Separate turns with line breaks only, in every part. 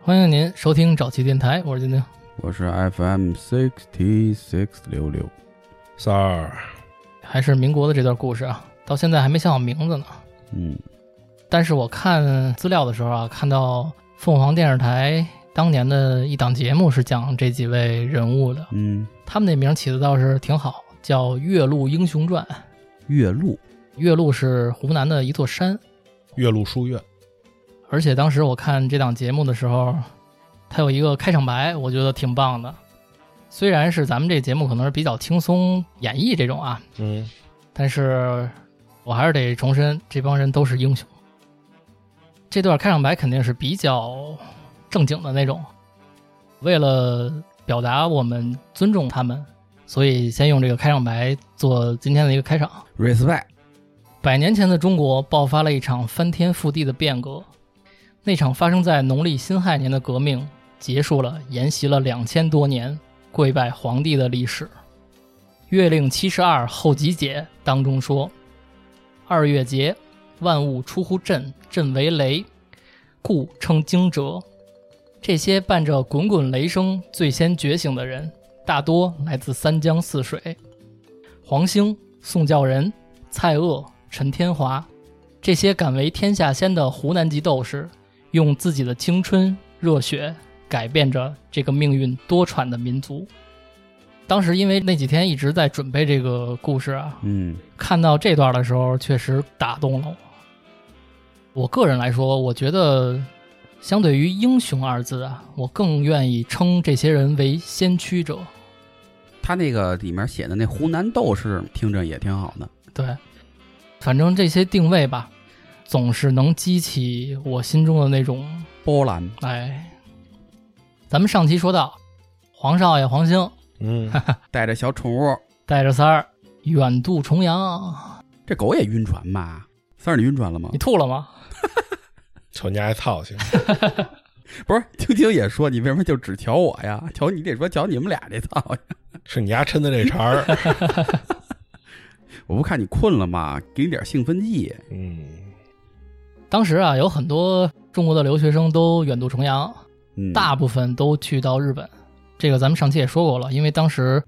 欢迎您收听早期电台，我是丁丁。
我是 FM sixty six 六六，
三儿，
还是民国的这段故事啊，到现在还没想好名字呢。
嗯，
但是我看资料的时候啊，看到凤凰电视台当年的一档节目是讲这几位人物的，
嗯，
他们那名起的倒是挺好，叫《岳麓英雄传》。
岳麓，
岳麓是湖南的一座山，
岳麓书院，
而且当时我看这档节目的时候，它有一个开场白，我觉得挺棒的。虽然是咱们这节目可能是比较轻松演绎这种啊，
嗯，
但是我还是得重申，这帮人都是英雄。这段开场白肯定是比较正经的那种，为了表达我们尊重他们，所以先用这个开场白做今天的一个开场。
respect，
百年前的中国爆发了一场翻天覆地的变革，那场发生在农历辛亥年的革命，结束了沿袭了两千多年跪拜皇帝的历史。《月令七十二候集解》当中说：“二月节，万物出乎震，震为雷，故称惊蛰。”这些伴着滚滚雷声最先觉醒的人，大多来自三江四水，黄兴、宋教仁、蔡锷、陈天华，这些敢为天下先的湖南籍斗士，用自己的青春热血改变着这个命运多舛的民族。当时因为那几天一直在准备这个故事啊，
嗯，
看到这段的时候，确实打动了我。我个人来说，我觉得相对于“英雄”二字啊，我更愿意称这些人为先驱者。
他那个里面写的那湖南斗士，听着也挺好的，
对，反正这些定位吧，总是能激起我心中的那种
波兰，
哎。咱们上期说到，黄少爷黄兴
嗯，
带着小宠物，
带着三儿远渡重洋，
这狗也晕船吧？三儿，你晕船了吗
你？吐了吗？
瞅你爱操心，
不是，听听也说，你为什么就只瞧我呀？瞧你得说瞧你们俩这套呀！
是你丫抻的这茬 儿，
我不看你困了吗？给你点兴奋剂。
嗯，
当时啊，有很多中国的留学生都远渡重洋，
嗯，
大部分都去到日本。这个咱们上期也说过了，因为当时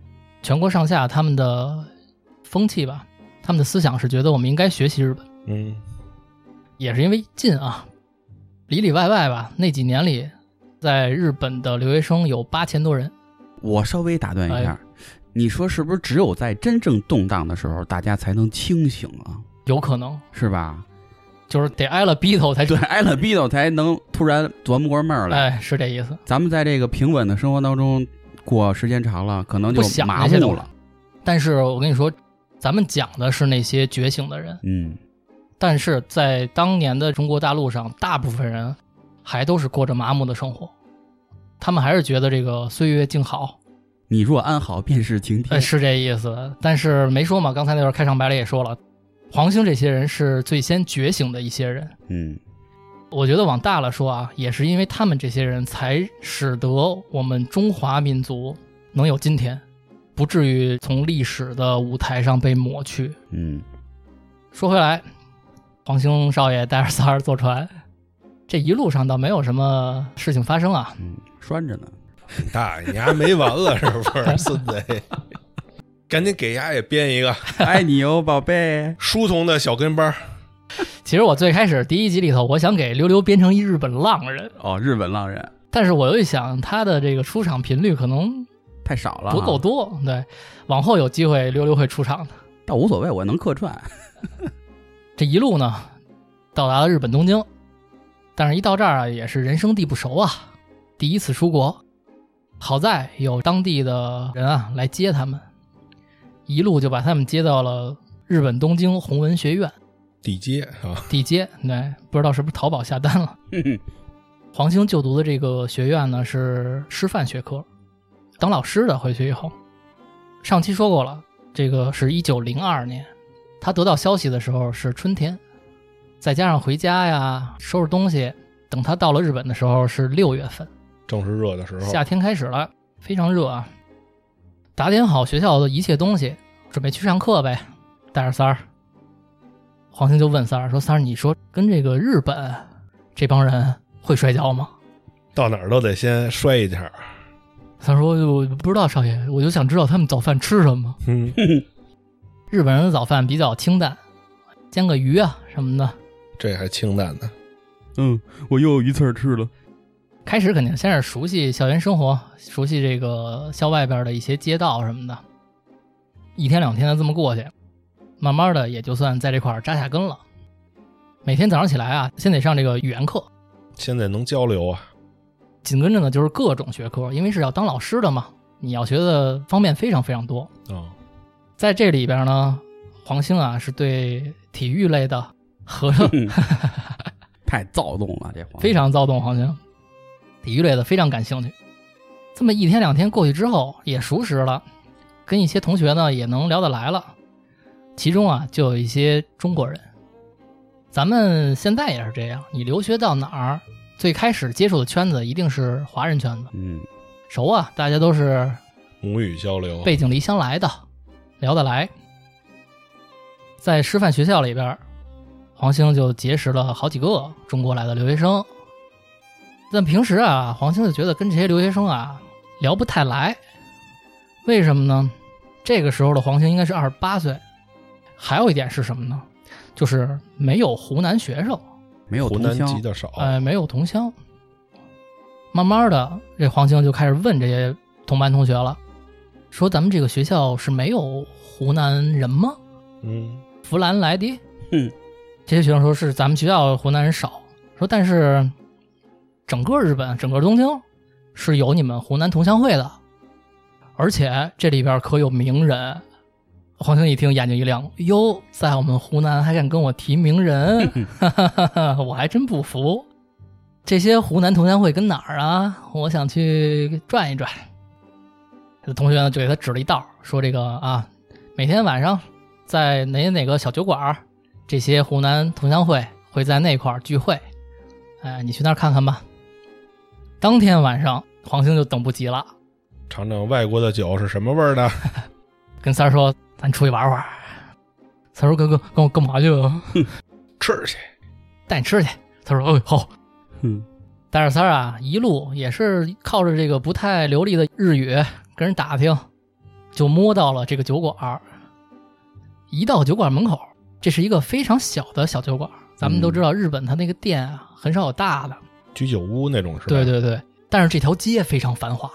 全国上下他们的风气吧，他们的思想是觉得我们应该学习日本，
嗯，
也是因为近啊，里里外外吧，那几年里，在日本的留学生有八千多人。
我稍微打断一
哎
下，你说是不是只有在真正动荡的时候，大家才能清醒啊？
有可能
是吧？
就是得挨了逼头才
对，挨了逼斗才能突然琢磨过闷儿来。
哎，是这意思。
咱们在这个平稳的生活当中过时间长了，可能就
不想
麻
那些
木
东西
了。
但是我跟你说，咱们讲的是那些觉醒的人，
嗯，
但是在当年的中国大陆上，大部分人还都是过着麻木的生活，他们还是觉得这个岁月静好，
你若安好，便是晴
呃，
天。
是这意思。但是没说嘛，刚才那段开场白里也说了，黄兴这些人是最先觉醒的一些人。
嗯，
我觉得往大了说啊，也是因为他们这些人才使得我们中华民族能有今天，不至于从历史的舞台上被抹去。
嗯，
说回来，黄兴少爷带着三儿坐船，这一路上倒没有什么事情发生啊。
嗯，拴着呢。
你大爷，你丫没完了是不 是，孙子？赶紧给丫也编一个
爱你哟，宝贝。
书童的小跟班儿，
其实我最开始第一集里头，我想给溜溜编成一日本浪人，
哦，日本浪人
但是我又一想，他的这个出场频率可能
太少了、啊
不够。多。对，往后有机会溜溜会出场的。
倒无所谓，我能客串。
这一路呢，到达了日本东京，但是一到这儿啊，也是人生地不熟啊，第一次出国。好在有当地的人啊来接他们，一路就把他们接到了日本东京弘文学院
地接啊，
地接。对，不知道是不是淘宝下单了。黄兴就读的这个学院呢是师范学科，当老师的回去以后，上期说过了，这个是一九零二年，他得到消息的时候是春天，再加上回家呀收拾东西，等他到了日本的时候是六月份，
正是热的时候，
夏天开始了，非常热啊。打点好学校的一切东西，准备去上课呗，带着三儿。黄兴就问三儿说：“三儿，你说跟这个日本这帮人会摔跤吗？”
到哪儿都得先摔一下。
他说我不知道少爷，我就想知道他们早饭吃什么。
嗯，
日本人的早饭比较清淡，煎个鱼啊什么的。
这还清淡呢。
嗯，我又有鱼刺儿 吃了。
开始肯定先是熟悉校园生活，熟悉这个校外边的一些街道什么的，一天两天的这么过去，慢慢的也就算在这块儿扎下根了。每天早上起来啊，先得上这个语言课，
现在能交流啊，
紧跟着呢就是各种学科，因为是要当老师的嘛，你要学的方面非常非常多。
哦，
在这里边呢，黄兴啊是对体育类的和
太躁动了，这黄
非常躁动，好像体育类的非常感兴趣。这么一天两天过去之后，也熟识了，跟一些同学呢也能聊得来了。其中啊，就有一些中国人。咱们现在也是这样，你留学到哪儿，最开始接触的圈子一定是华人圈子，
嗯，
熟啊，大家都是
母语交流。
背井离乡来的，聊得来。在师范学校里边儿，黄兴就结识了好几个中国来的留学生。但平时啊，黄兴就觉得跟这些留学生啊聊不太来，为什么呢？这个时候的黄兴应该是二十八岁。还有一点是什么呢？就是没有湖南学生，
没有
湖
同
南
乡
籍，的少，
哎，没有同乡。慢慢的，这黄兴就开始问这些同班同学了，说咱们这个学校是没有湖南人吗？
嗯，
湖南来的？
嗯，
这些学生说是咱们学校湖南人少，说但是整个日本、整个东京是有你们湖南同乡会的，而且这里边可有名人。黄兴一听，眼睛一亮，哟，在我们湖南还敢跟我提名人，哈哈哈哈，我还真不服。这些湖南同乡会跟哪儿啊？我想去转一转。同学呢就给他指了一道，说这个啊，每天晚上在哪哪个小酒馆儿，这些湖南同乡会会在那块儿聚会，哎，你去那儿看看吧。当天晚上，黄兴就等不及了，
尝尝外国的酒是什么味儿的？
跟三儿说：“咱出去玩玩。”三儿说：“哥哥，跟我干嘛去啊？
吃去。
带你吃去。”他说：“哎，好。
嗯，”
带着三儿啊，一路也是靠着这个不太流利的日语跟人打听，就摸到了这个酒馆儿。一到酒馆门口，这是一个非常小的小酒馆儿。咱们都
嗯
知道，日本它那个店啊，很少有大的。
居酒屋那种是吧？
对，对对，但是这条街非常繁华，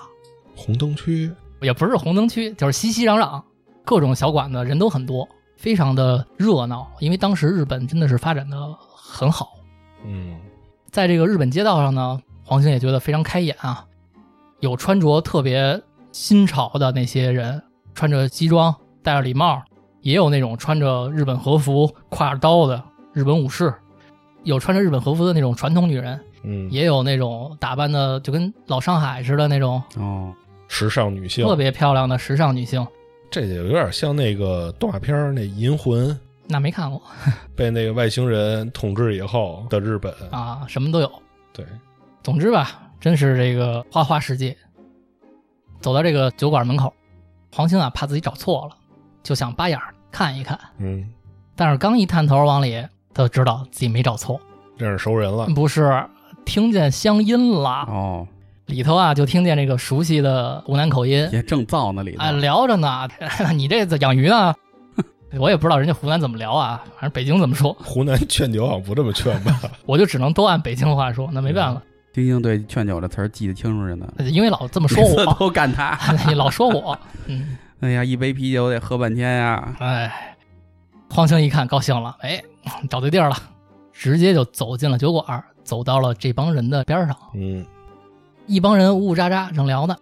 红灯区
也不是红灯区，就是熙熙攘攘，各种小馆子人都很多，非常的热闹。因为当时日本真的是发展的很好，
嗯，
在这个日本街道上呢，黄兴也觉得非常开眼啊，有穿着特别新潮的那些人，穿着西装，戴着礼帽，也有那种穿着日本和服、挎着刀的日本武士，有穿着日本和服的那种传统女人，
嗯，
也有那种打扮的就跟老上海似的那种
哦，
时尚女性，
特别漂亮的时尚女性。
这就有点像那个动画片儿那《银魂》
那没看过
被那个外星人统治以后的日本。
啊，什么都有。
对，
总之吧，真是这个花花世界。走到这个酒馆门口，黄兴啊怕自己找错了，就想扒眼儿看一看。
嗯，
但是刚一探头往里，他就知道自己没找错，
认识熟人了。
不是听见乡音了，
哦，
里头啊就听见这个熟悉的湖南口音。
也正燥呢里头
哎，，聊着呢， 你这养鱼呢？ 我也不知道人家湖南怎么聊啊，反正北京怎么说，
湖南劝酒好像不这么劝吧？
我就只能都按北京话说，那没办法，
丁丁对劝酒这词儿记得清楚着呢，
因为老这么说
每次
我，
嗯都干他。
你老说我，嗯，
哎呀，一杯啤酒得喝半天啊呀。
哎，黄兴一看高兴了，哎， 找对地儿了，直接就走进了酒馆儿，走到了这帮人的边儿上，
嗯，
一帮人呜呜喳喳正聊呢，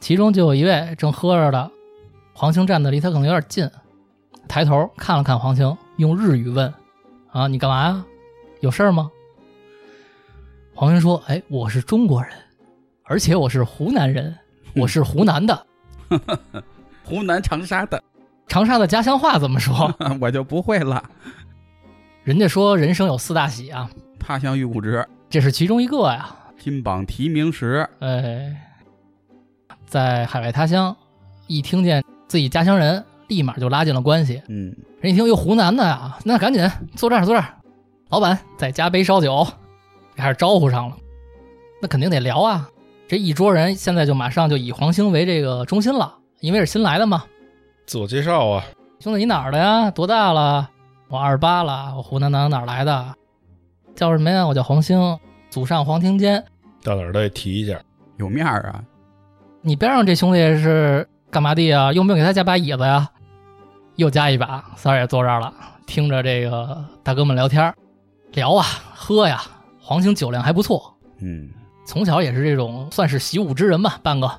其中就有一位正喝着的，黄兴站的离他可能有点近，抬头看了看黄兴，用日语问：“啊，你干嘛呀？有事儿吗？”黄兴说：“哎，我是中国人，而且我是湖南人，我是湖南的，
湖南长沙的
长沙的家乡话怎么说？”
我就不会了，
人家说人生有四大喜啊，
他乡遇故知，
这是其中一个呀。
金榜题名时。
哎，在海外他乡，一听见自己家乡人，立马就拉近了关系。
嗯，
人一听，哟，湖南的呀，那赶紧坐这儿，坐这儿。老板，再加杯烧酒，开始招呼上了。那肯定得聊啊。这一桌人现在就马上就以黄兴为这个中心了，因为是新来的嘛。
自我介绍啊，
兄弟，你哪儿的呀？多大了？我二十八了，我湖南哪儿哪儿来的？叫什么呀？我叫黄兴，祖上黄庭坚。
到哪儿都得提一下。
有面儿啊，
你边上这兄弟是干嘛的呀？用不用给他加把椅子呀？又加一把，三儿也坐这儿了，听着这个大哥们聊天儿，聊啊，喝呀。黄兴酒量还不错，
嗯，
从小也是这种算是习武之人吧，半个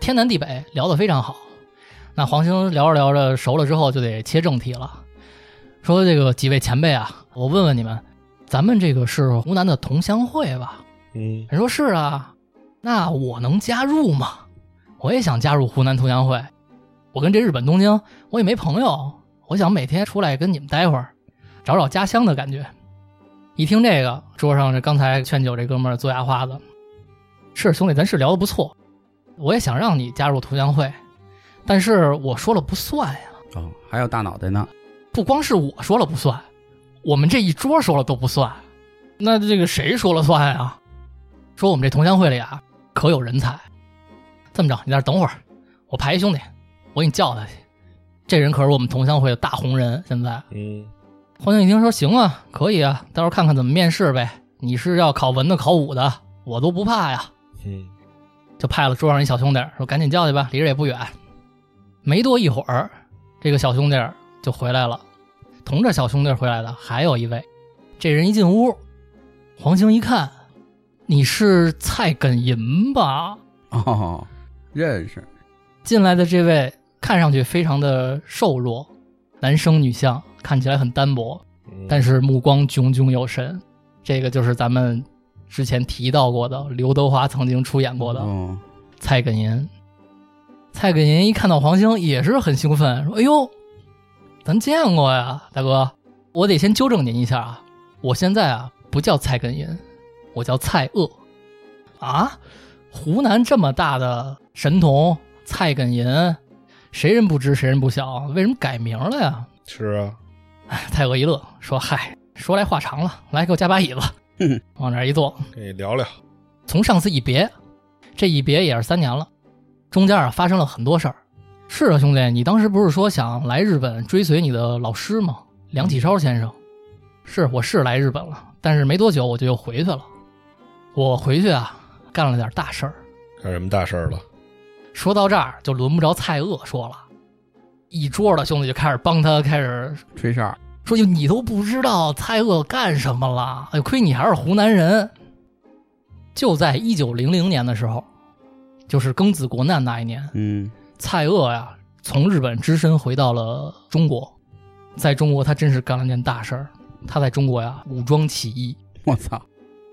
天南地北聊得非常好。那黄兴聊着聊着熟了之后，就得切正题了，说这个几位前辈啊，我问问你们，咱们这个是湖南的同乡会吧？
嗯，
人说是啊，那我能加入吗？我也想加入湖南同乡会，我跟这日本东京我也没朋友，我想每天出来跟你们待会儿，找找家乡的感觉。一听这个，桌上这刚才劝酒这哥们儿做牙花子，是兄弟，咱是聊得不错，我也想让你加入同乡会，但是我说了不算呀，
哦，还有大脑袋呢，
不光是我说了不算，我们这一桌说了都不算，那这个谁说了算呀？说我们这同乡会里啊，可有人才。这么着，你在这儿等会儿，我排一兄弟，我给你叫他去。这人可是我们同乡会的大红人，现在
嗯，
黄兴一听说行啊，可以啊，到时候看看怎么面试呗。你是要考文的，考武的，我都不怕呀。
嗯，
就派了桌上一小兄弟儿，说赶紧叫去吧，离这也不远。没多一会儿，这个小兄弟儿就回来了。同着小兄弟儿回来的还有一位，这人一进屋，黄兴一看，你是蔡艮银吧？
哦，认识，
进来的这位看上去非常的瘦弱，男生女相，看起来很单薄，但
是
是目光炯炯有神。这个就是咱们之前提到过的刘德华曾经出演过的
哦，
蔡艮银。蔡艮银一看到黄兴也是很兴奋，说：“哎呦，咱见过呀，大哥！我得先纠正您一下啊，我现在啊不叫蔡艮银，我叫蔡锷。啊，湖南这么大的神童蔡艮银，谁人不知谁人不晓？为什么改名了呀？”
是啊，
蔡锷一乐，说：“嗨，说来话长了，来给我加把椅子
嗯，
往那儿一坐，
跟你聊聊，
从上次一别，这一别也是三年了，中间啊发生了很多事儿。是啊，兄弟，你当时不是说想来日本追随你的老师吗？梁启超先生。是，我是来日本了，但是没多久我就又回去了。我回去啊，干了点大事儿。
干什么大事儿了？
说到这儿，就轮不着蔡锷说了，一桌的兄弟就开始帮他开始
吹哨，
说：“就你都不知道蔡锷干什么了？哎呦，亏你还是湖南人。”就在一九零零年的时候，就是庚子国难那一年，
嗯，
蔡锷呀从日本只身回到了中国，在中国他真是干了件大事儿。他在中国呀武装起义，
我操，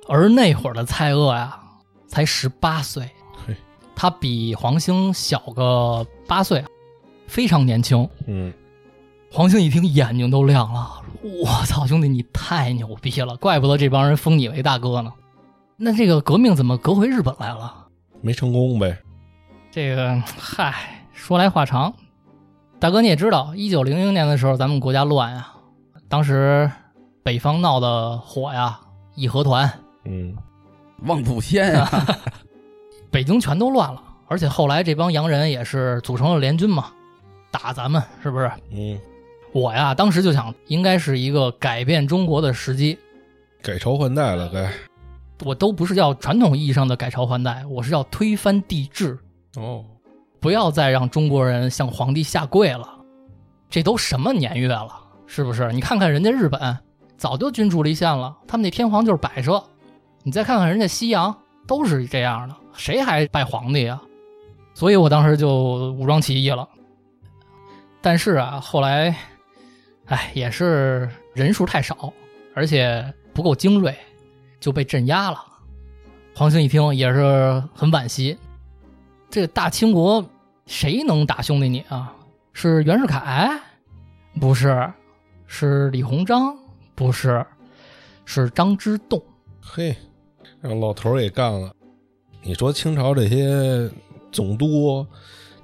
而那会儿的蔡锷呀才十八岁
嘿，
他比黄兴小个八岁，非常年轻。
嗯，
黄兴一听，眼睛都亮了。我操，兄弟，你太牛逼了，怪不得这帮人封你为大哥呢。那这个革命怎么革回日本来了？
没成功呗。
这个，嗨，说来话长。大哥你也知道，一九零零年的时候，咱们国家乱呀，当时北方闹的火呀，义和团，
嗯，
望祖先啊，
北京全都乱了。而且后来这帮洋人也是组成了联军嘛，打咱们是不是？
嗯，
我呀，当时就想，应该是一个改变中国的时机。
改朝换代了该。
我都不是要传统意义上的改朝换代，我是要推翻帝制，
哦，
不要再让中国人向皇帝下跪了。这都什么年月了，是不是？你看看人家日本，早就君主立宪了，他们那天皇就是摆设。你再看看人家西洋，都是这样的，谁还拜皇帝啊？所以我当时就武装起义了。但是啊，后来，哎，也是人数太少，而且不够精锐，就被镇压了。黄兴一听也是很惋惜，这大清国谁能打兄弟你啊？是袁世凯？不是，是李鸿章？不是，是张之洞。
嘿，让老头儿给干了。你说清朝这些总督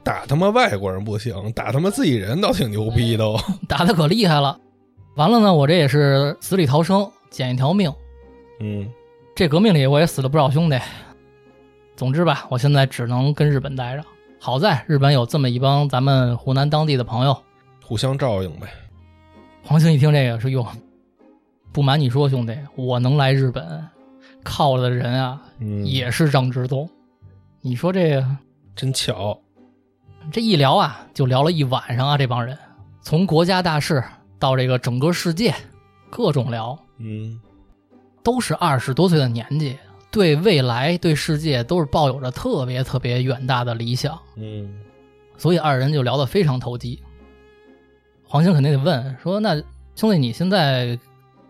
打他妈外国人不行，打他妈自己人倒挺牛逼哦都。
打的可厉害了。完了呢，我这也是死里逃生，捡一条命。
嗯，
这革命里我也死了不少兄弟。总之吧，我现在只能跟日本待着。好在日本有这么一帮咱们湖南当地的朋友。
互相照应呗。
黄兴一听这个说：“哟，不瞒你说，兄弟，我能来日本，靠的人啊，
嗯，
也是张之洞。你说这个
真巧，
这一聊啊，就聊了一晚上啊，这帮人从国家大事到这个整个世界，各种聊，
嗯，
都是二十多岁的年纪，对未来、对世界都是抱有着特别特别远大的理想，
嗯，
所以二人就聊得非常投机。黄兴肯定得问说：“那兄弟，你现在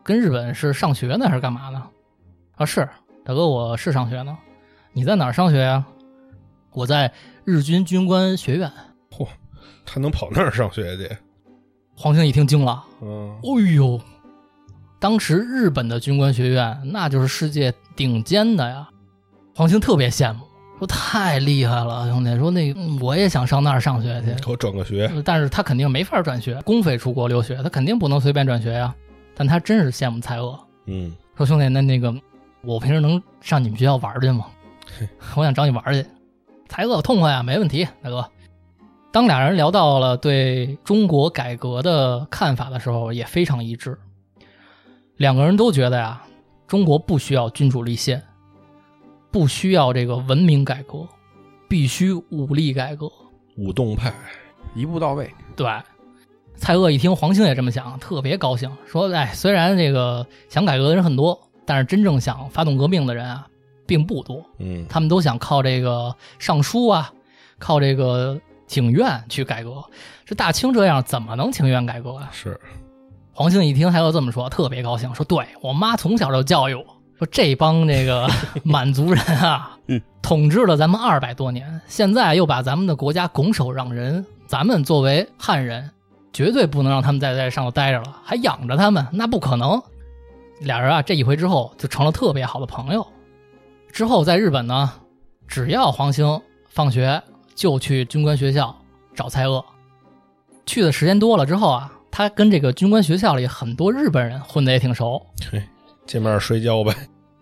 跟日本是上学呢，还是干嘛呢？”啊，是大哥，我是上学呢。你在哪儿上学呀、我在日军军官学院。
他能跑那儿上学去，
黄兴一听惊了，
嗯，
哎呦，当时日本的军官学院那就是世界顶尖的呀。黄兴特别羡慕，说太厉害了，兄弟，说那个嗯我也想上那儿上学去。
给我转个学，
但是他肯定没法转学，公费出国留学，他肯定不能随便转学呀。但他真是羡慕蔡锷，
嗯，
说兄弟，那那个我平时能上你们学校玩去吗？ 我想找你玩去。蔡锷痛快啊，没问题，大哥。当俩人聊到了对中国改革的看法的时候，也非常一致。两个人都觉得呀，中国不需要君主立宪，不需要这个文明改革，必须武力改革。
舞动派，
一步到位。
对，蔡锷一听黄兴也这么想，特别高兴，说：“哎，虽然这个想改革的人很多，但是真正想发动革命的人啊，并不多。
嗯，
他们都想靠这个尚书啊，靠这个请愿去改革。这大清这样怎么能请愿改革啊？”
是，
黄兴一听还要这么说，特别高兴，说：“对我妈从小就教育我，说这帮这个满族人啊，
嗯，
统治了咱们二百多年，现在又把咱们的国家拱手让人，咱们作为汉人，绝对不能让他们在这上头待着了，还养着他们，那不可能。”俩人啊，这一回之后就成了特别好的朋友。之后在日本呢，只要黄兴放学就去军官学校找蔡锷，去的时间多了之后啊，他跟这个军官学校里很多日本人混得也挺熟。
嘿，见面摔跤呗，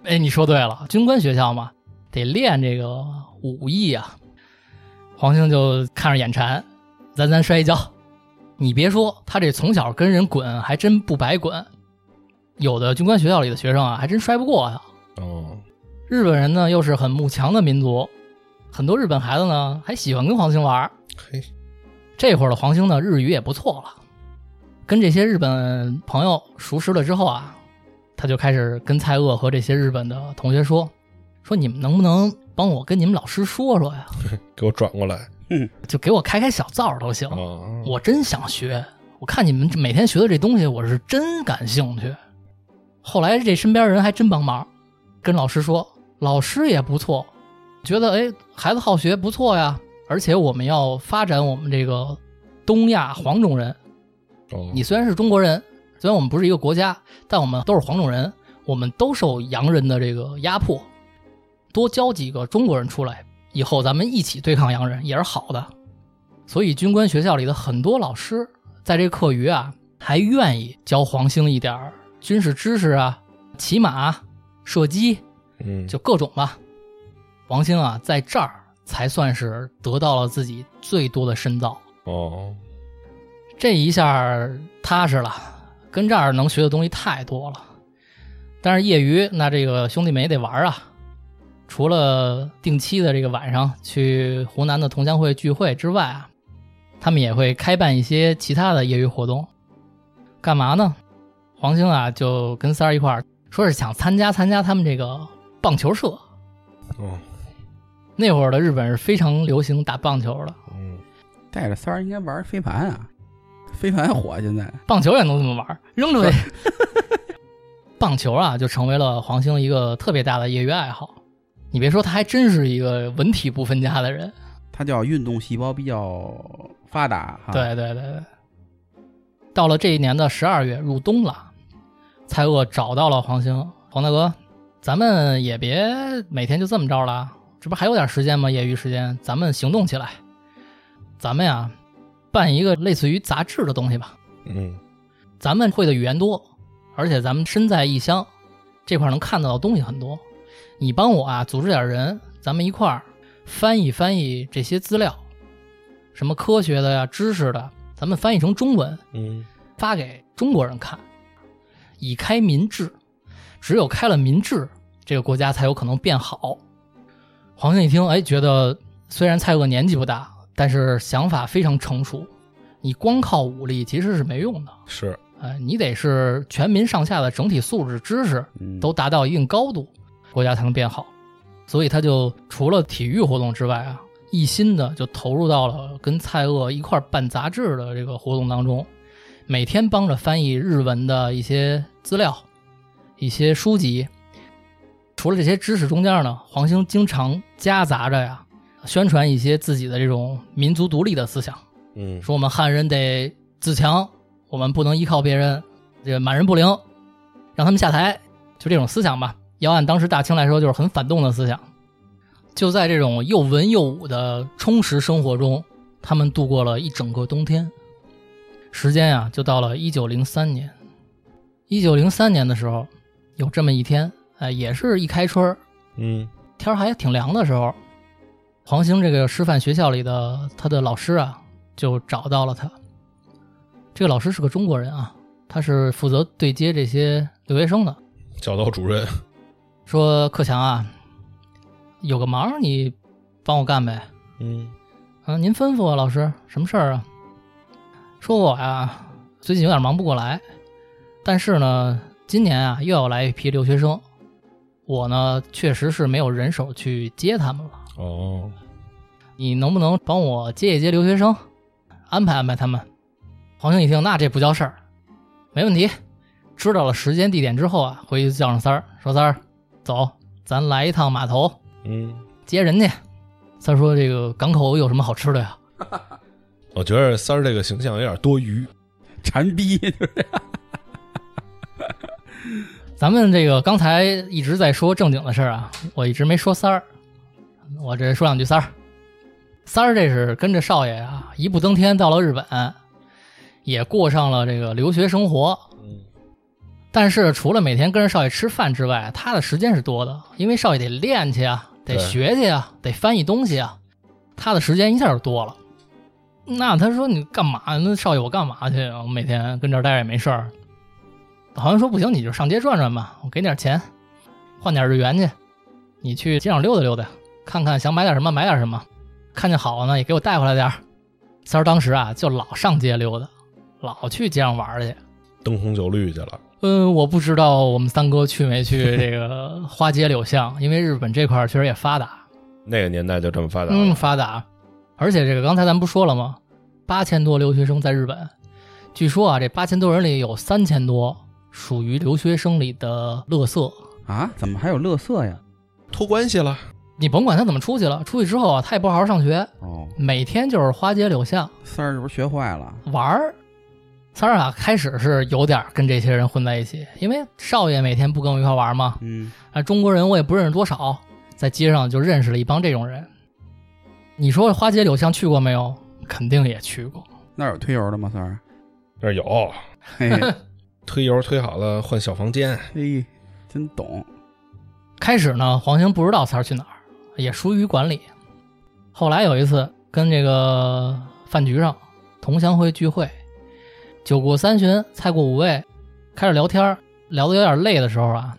哎，你说对了，军官学校嘛，得练这个武艺啊。黄兴就看着眼馋，咱咱摔一跤。你别说，他这从小跟人滚还真不白滚，有的军官学校里的学生啊，还真摔不过他。
哦，
日本人呢又是很慕强的民族，很多日本孩子呢还喜欢跟黄兴玩儿。
嘿，
这会儿的黄兴呢，日语也不错了，跟这些日本朋友熟识了之后啊，他就开始跟蔡锷和这些日本的同学说：“说你们能不能帮我跟你们老师说说呀？
给我转过来，
就给我开开小灶都行，
哦，
我真想学。我看你们这每天学的这东西，我是真感兴趣。”后来这身边人还真帮忙，跟老师说，老师也不错，觉得哎孩子好学不错呀，而且我们要发展我们这个东亚黄种人。
哦，
你虽然是中国人，虽然我们不是一个国家，但我们都是黄种人，我们都受洋人的这个压迫。多教几个中国人出来，以后咱们一起对抗洋人也是好的。所以军官学校里的很多老师，在这课余啊，还愿意教黄兴一点儿军事知识啊，骑马、射击，
嗯，
就各种吧。王兴啊，在这儿才算是得到了自己最多的深造。
哦，
这一下儿踏实了，跟这儿能学的东西太多了。但是业余那这个兄弟们也得玩啊，除了定期的这个晚上去湖南的同乡会聚会之外啊，他们也会开办一些其他的业余活动。干嘛呢？黄兴啊就跟三儿一块儿说是想参加参加他们这个棒球社。
哦，
那会儿的日本是非常流行打棒球的，
嗯，
带着三儿应该玩飞盘啊，飞盘火啊现在。
棒球也能这么玩儿，扔出去。棒球啊，就成为了黄兴一个特别大的业余爱好。你别说，他还真是一个文体不分家的人。
它叫运动细胞比较发达哈。，
对对对对。到了这一年的十二月，入冬了，蔡锷找到了黄兴，黄大哥，咱们也别每天就这么着了，这不还有点时间吗？业余时间，咱们行动起来。咱们呀，办一个类似于杂志的东西吧。
嗯，
咱们会的语言多，而且咱们身在异乡，这块儿能看到的东西很多。你帮我啊，组织点人，咱们一块儿翻译翻译这些资料，什么科学的呀、知识的，咱们翻译成中文，
嗯
发给中国人看，以开民智。只有开了民智，这个国家才有可能变好。黄兴一听，哎，觉得虽然蔡锷年纪不大，但是想法非常成熟。你光靠武力其实是没用的，
是，
哎，你得是全民上下的整体素质、知识
嗯
都达到一定高度，国家才能变好。所以他就除了体育活动之外啊，一心的就投入到了跟蔡锷一块儿办杂志的这个活动当中，每天帮着翻译日文的一些资料、一些书籍。除了这些知识中间呢，黄兴经常夹杂着呀，宣传一些自己的这种民族独立的思想。
嗯
说我们汉人得自强，我们不能依靠别人，这个满人不灵，让他们下台，就这种思想吧。要按当时大清来说，就是很反动的思想。就在这种又文又武的充实生活中，他们度过了一整个冬天。时间呀、就到了一九零三年。一九零三年的时候，有这么一天，哎，也是一开春儿，
嗯
天儿还挺凉的时候，黄兴这个师范学校里的他的老师啊，就找到了他。这个老师是个中国人啊，他是负责对接这些留学生的。
教导主任，
说克强啊，有个忙你帮我干呗。
嗯
嗯、您吩咐啊，老师，什么事儿啊？说我呀、最近有点忙不过来，但是呢，今年啊又要来一批留学生，我呢确实是没有人手去接他们了。
哦，
你能不能帮我接一接留学生，安排安排他们？黄兴一听，那这不叫事儿，没问题。知道了时间地点之后啊，回去叫上三儿，说三儿，走，咱来一趟码头
嗯，
接人去。三儿说：“这个港口有什么好吃的呀
我觉得三儿这个形象有点多余，
馋逼，
咱们这个刚才一直在说正经的事儿啊，我一直没说三儿，我这说两句三儿。三儿这是跟着少爷啊，一步登天到了日本，也过上了这个留学生活。
嗯
但是除了每天跟着少爷吃饭之外，他的时间是多的，因为少爷得练去啊，得
对
学去啊，得翻译东西啊，他的时间一下就多了。那他说你干嘛？那少爷我干嘛去啊？我每天跟这儿待着也没事儿。好像说不行，你就上街转转吧，我给你点钱，换点日元去，你去街上溜达溜达，看看想买点什么买点什么，看见好的呢也给我带回来点儿。三儿当时啊就老上街溜达，老去街上玩儿去。
灯红酒绿去了，
嗯，我不知道我们三哥去没去这个花街柳巷，因为日本这块儿确实也发达，
那个年代就这么发达
嗯，
了，
发达。而且这个刚才咱不说了吗？八千多留学生在日本，据说啊，这八千多人里有三千多属于留学生里的乐色。
啊？怎么还有乐色呀？
托关系了，
你甭管他怎么出去了，出去之后啊，他也不好好上学，
哦，
每天就是花街柳巷
三儿是不是学坏了？
玩儿。三儿啊，开始是有点儿跟这些人混在一起，因为少爷每天不跟我一块儿玩吗？
嗯，
啊，中国人我也不认识多少，在街上就认识了一帮这种人。你说花街柳巷去过没有？肯定也去过。
那儿有推油的吗？三儿，
那儿有
嘿，
推油推好了换小房间，
嘿，真懂。
开始呢，黄兴不知道三儿去哪儿，也疏于管理。后来有一次跟这个饭局上同乡会聚会，酒过三巡，菜过五味，开始聊天儿，聊得有点累的时候啊，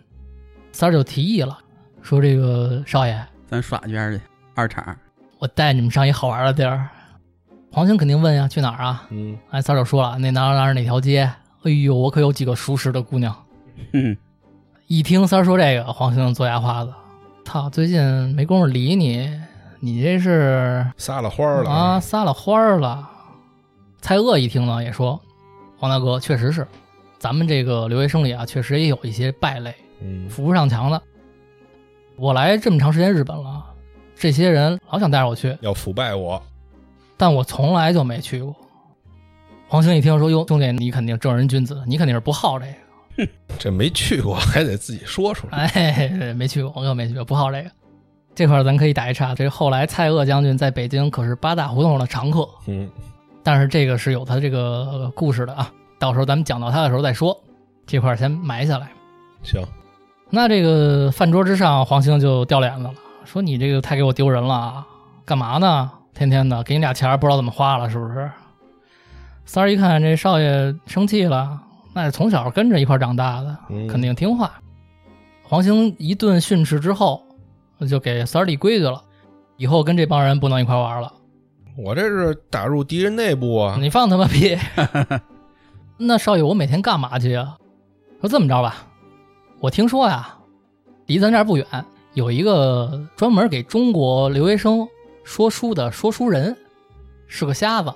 三儿就提议了，说这个少爷，
咱耍圈去，二场。
我带你们上一好玩的地儿。黄兴肯定问呀，去哪儿啊？
嗯，
哎，三儿就说了，那哪儿哪儿哪条街？哎呦，我可有几个熟识的姑娘。
嗯，
一听三儿说这个，黄兴做牙花子，操，最近没工夫理你，你这是
撒了花儿了
啊，，撒了欢儿了。蔡锷一听呢，也说，黄大哥确实是，咱们这个留学生里啊，确实也有一些败类，
嗯
扶不上墙的。我来这么长时间日本了，这些人老想带着我去，
要腐败我，
但我从来就没去过。黄兴一听说，哟，兄弟，你肯定正人君子，你肯定是不好这个。
这没去过还得自己说出来，
哎，没去过，我可没去过，不好这个。这块儿咱可以打一岔，这后来蔡锷将军在北京可是八大胡同的常客，
嗯，
但是这个是有他这个呃故事的啊，到时候咱们讲到他的时候再说，这块儿先埋下来。
行，
那这个饭桌之上，黄兴就掉脸子了，说你这个太给我丢人了啊，干嘛呢？天天的给你俩钱儿不知道怎么花了，是不是？三儿一看这少爷生气了，那是从小跟着一块儿长大的，
嗯
肯定听话。黄兴一顿训斥之后，就给三儿立规矩了，以后跟这帮人不能一块儿玩了。
我这是打入敌人内部啊，
你放他妈 屁！那少爷，我每天干嘛去啊？说这么着吧，我听说呀，离咱这儿不远有一个专门给中国留学生说书的说书人，是个瞎子。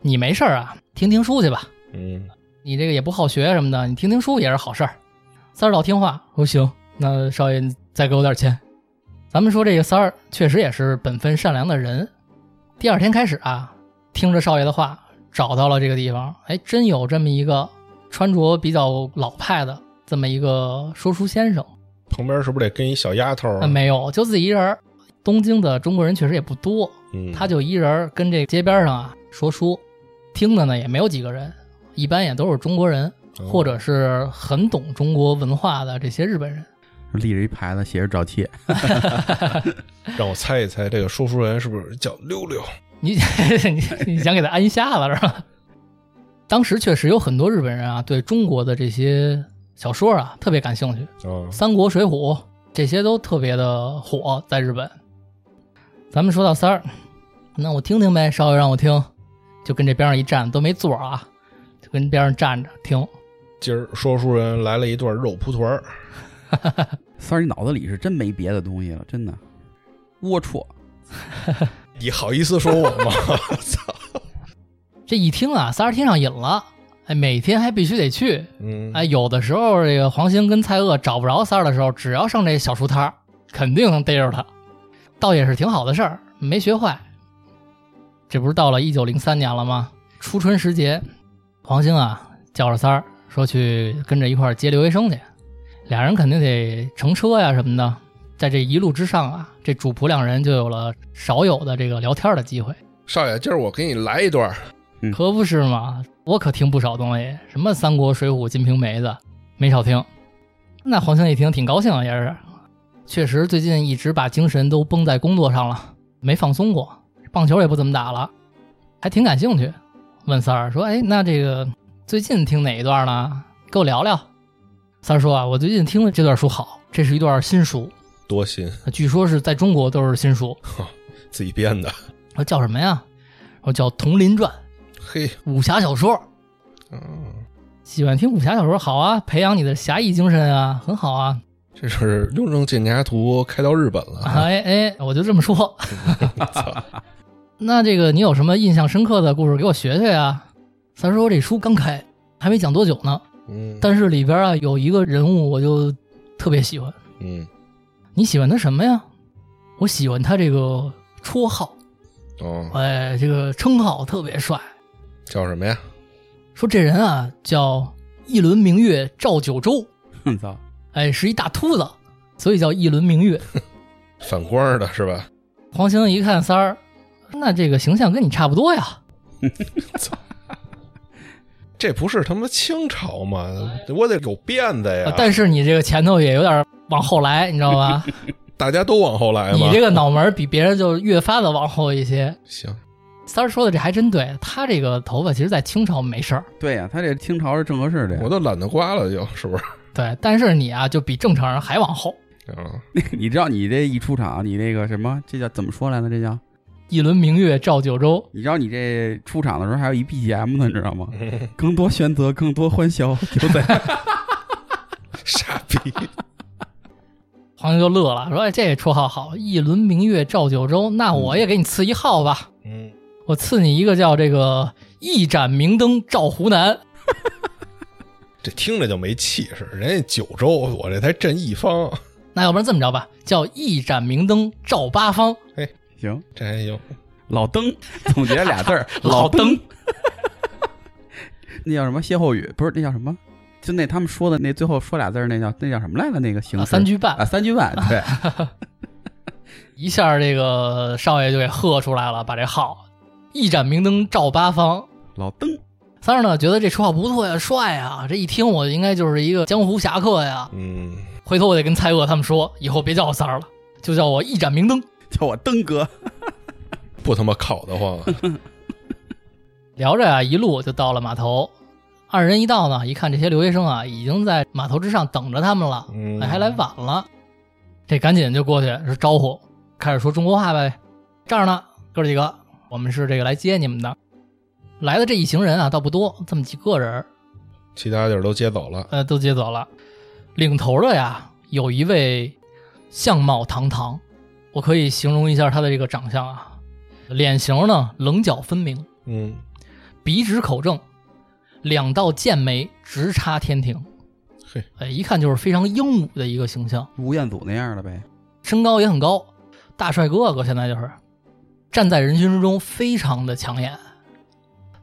你没事儿啊，听听书去吧。
嗯，
你这个也不好学什么的，你听听书也是好事儿。三儿老听话，说行，那少爷你再给我点钱。咱们说这个三儿确实也是本分善良的人。第二天开始啊，听着少爷的话，找到了这个地方，哎，真有这么一个穿着比较老派的这么一个说书先生。
旁边是不是得跟一小丫头啊？
呃没有，就自己一人儿。东京的中国人确实也不多，
嗯，
他就一人儿跟这街边上啊说书，听的呢也没有几个人，一般也都是中国人。
嗯
或者是很懂中国文化的这些日本人。
立着一牌子写着找妾，
让我猜一猜，这个说书人是不是叫溜溜？
你 你你想给他安下了是吧？当时确实有很多日本人啊，对中国的这些小说啊特别感兴趣，
啊，
《三国》《水浒》这些都特别的火，在日本。咱们说到三儿，那我听听呗，稍微让我听，就跟这边上一站都没座儿啊，就跟边上站着听。
今儿说书人来了一段肉蒲团儿，
三儿，你脑子里是真没别的东西了，真的。龌龊，
你好意思说我 吗？
这一听啊，三儿听上瘾了，哎，每天还必须得去，
嗯，
哎，，有的时候这个黄兴跟蔡锷找不着三儿的时候，只要上这小书摊儿，肯定能逮着他，倒也是挺好的事儿，没学坏。这不是到了一九零三年了吗？初春时节，黄兴啊叫着三儿说去跟着一块儿接留学生去，俩人肯定得乘车呀什么的。在这一路之上啊，这主仆两人就有了少有的这个聊天的机会。
少爷，今儿我给你来一段儿，
可不是嘛，我可听不少东西，什么《三国》《水浒》《金瓶梅》的，没少听。那黄兴一听挺高兴啊，也是，确实最近一直把精神都绷在工作上了，没放松过，棒球也不怎么打了，还挺感兴趣。问三儿说：“哎，那这个最近听哪一段呢？跟我聊聊。”三儿说：“啊，我最近听的这段书好，这是一段新书，
多新，
据说是在中国都是新书。
自己编的，
我说叫什么呀？我说叫《佟林传》，
嘿，
武侠小说。”
嗯，
喜欢听武侠小说好啊，培养你的侠义精神啊，很好啊。
这是《雍正剑侠图》开到日本了啊，
哎哎，我就这么说。 那这个你有什么印象深刻的故事给我学学啊？三叔，这书刚开，还没讲多久呢，
嗯，
但是里边啊有一个人物我就特别喜欢。
嗯，
你喜欢他什么呀？我喜欢他这个绰号，
哦，
哎，这个称号特别帅。
叫什么呀？
说这人啊叫一轮明月照九州，
哼操！
哎，是一大秃子，所以叫一轮明月。
反光儿的是吧？
黄兴一看三儿，那这个形象跟你差不多呀。
这不是他妈清朝吗？我得有辫子
啊
呀！
但是你这个前头也有点往后来，你知道吧？
大家都往后来
你
嘛。
这个脑门儿比别人就越发的往后一些。
行，
三儿说的这还真对，他这个头发其实在清朝没事儿，
对呀、他这清朝是正合适的呀
我。都懒得刮了就，是不是？
对。但是你啊，就比正常人还往后。
啊，
你知道你这一出场，你那个什么，这叫怎么说来着？这叫
一轮明月照九州，
你知道你这出场的时候还有一 BGM 呢，你知道 吗？更多选择，更多欢笑， 就在
傻逼！
黄兴就乐了，说：“哎，这绰号好，一轮明月照九州，那我也给你赐一号吧，
嗯，
我赐你一个叫这个一盏明灯照湖南。
这听着就没气势。人家九州，我这才镇一方，
那要不然这么着吧，叫一盏明灯照八方。”
行。
这还行。
老 登总结俩 字儿，
老登
登。那叫什么？歇后语不是？那叫什么？就那他们说的那最后说俩字儿，那叫那叫什么来着？那个形
啊，
式
三句半，
啊，三 句半。对，
一下这个少爷就给喝出来了，把这号一盏明灯照八方。
老登
三儿呢觉得这绰号不错呀，帅呀，这一听我应该就是一个江湖侠客呀，
嗯，
回头我得跟蔡锷他们说，以后别叫我三儿了，就叫我一盏明灯。
叫我登哥。
不他妈烤得慌啊！
聊着啊，一路就到了码头。二人一到呢，一看这些留学生啊，已经在码头之上等着他们了，
嗯
哎还来晚了，这赶紧就过去说招呼，开始说中国话呗。这儿呢，哥几个，我们是这个来接你们的。来的这一行人啊，倒不多，这么几个人儿，
其他地儿都接走了，
呃，都接走了。领头的呀，有一位相貌堂堂，我可以形容一下他的这个长相啊，脸型呢棱角分明，
嗯，
鼻直口正，两道剑眉直插天庭。
嘿，
哎，一看就是非常英武的一个形象，
吴彦祖那样的呗，
身高也很高，大帅哥哥现在就是站在人群之中，非常的抢眼。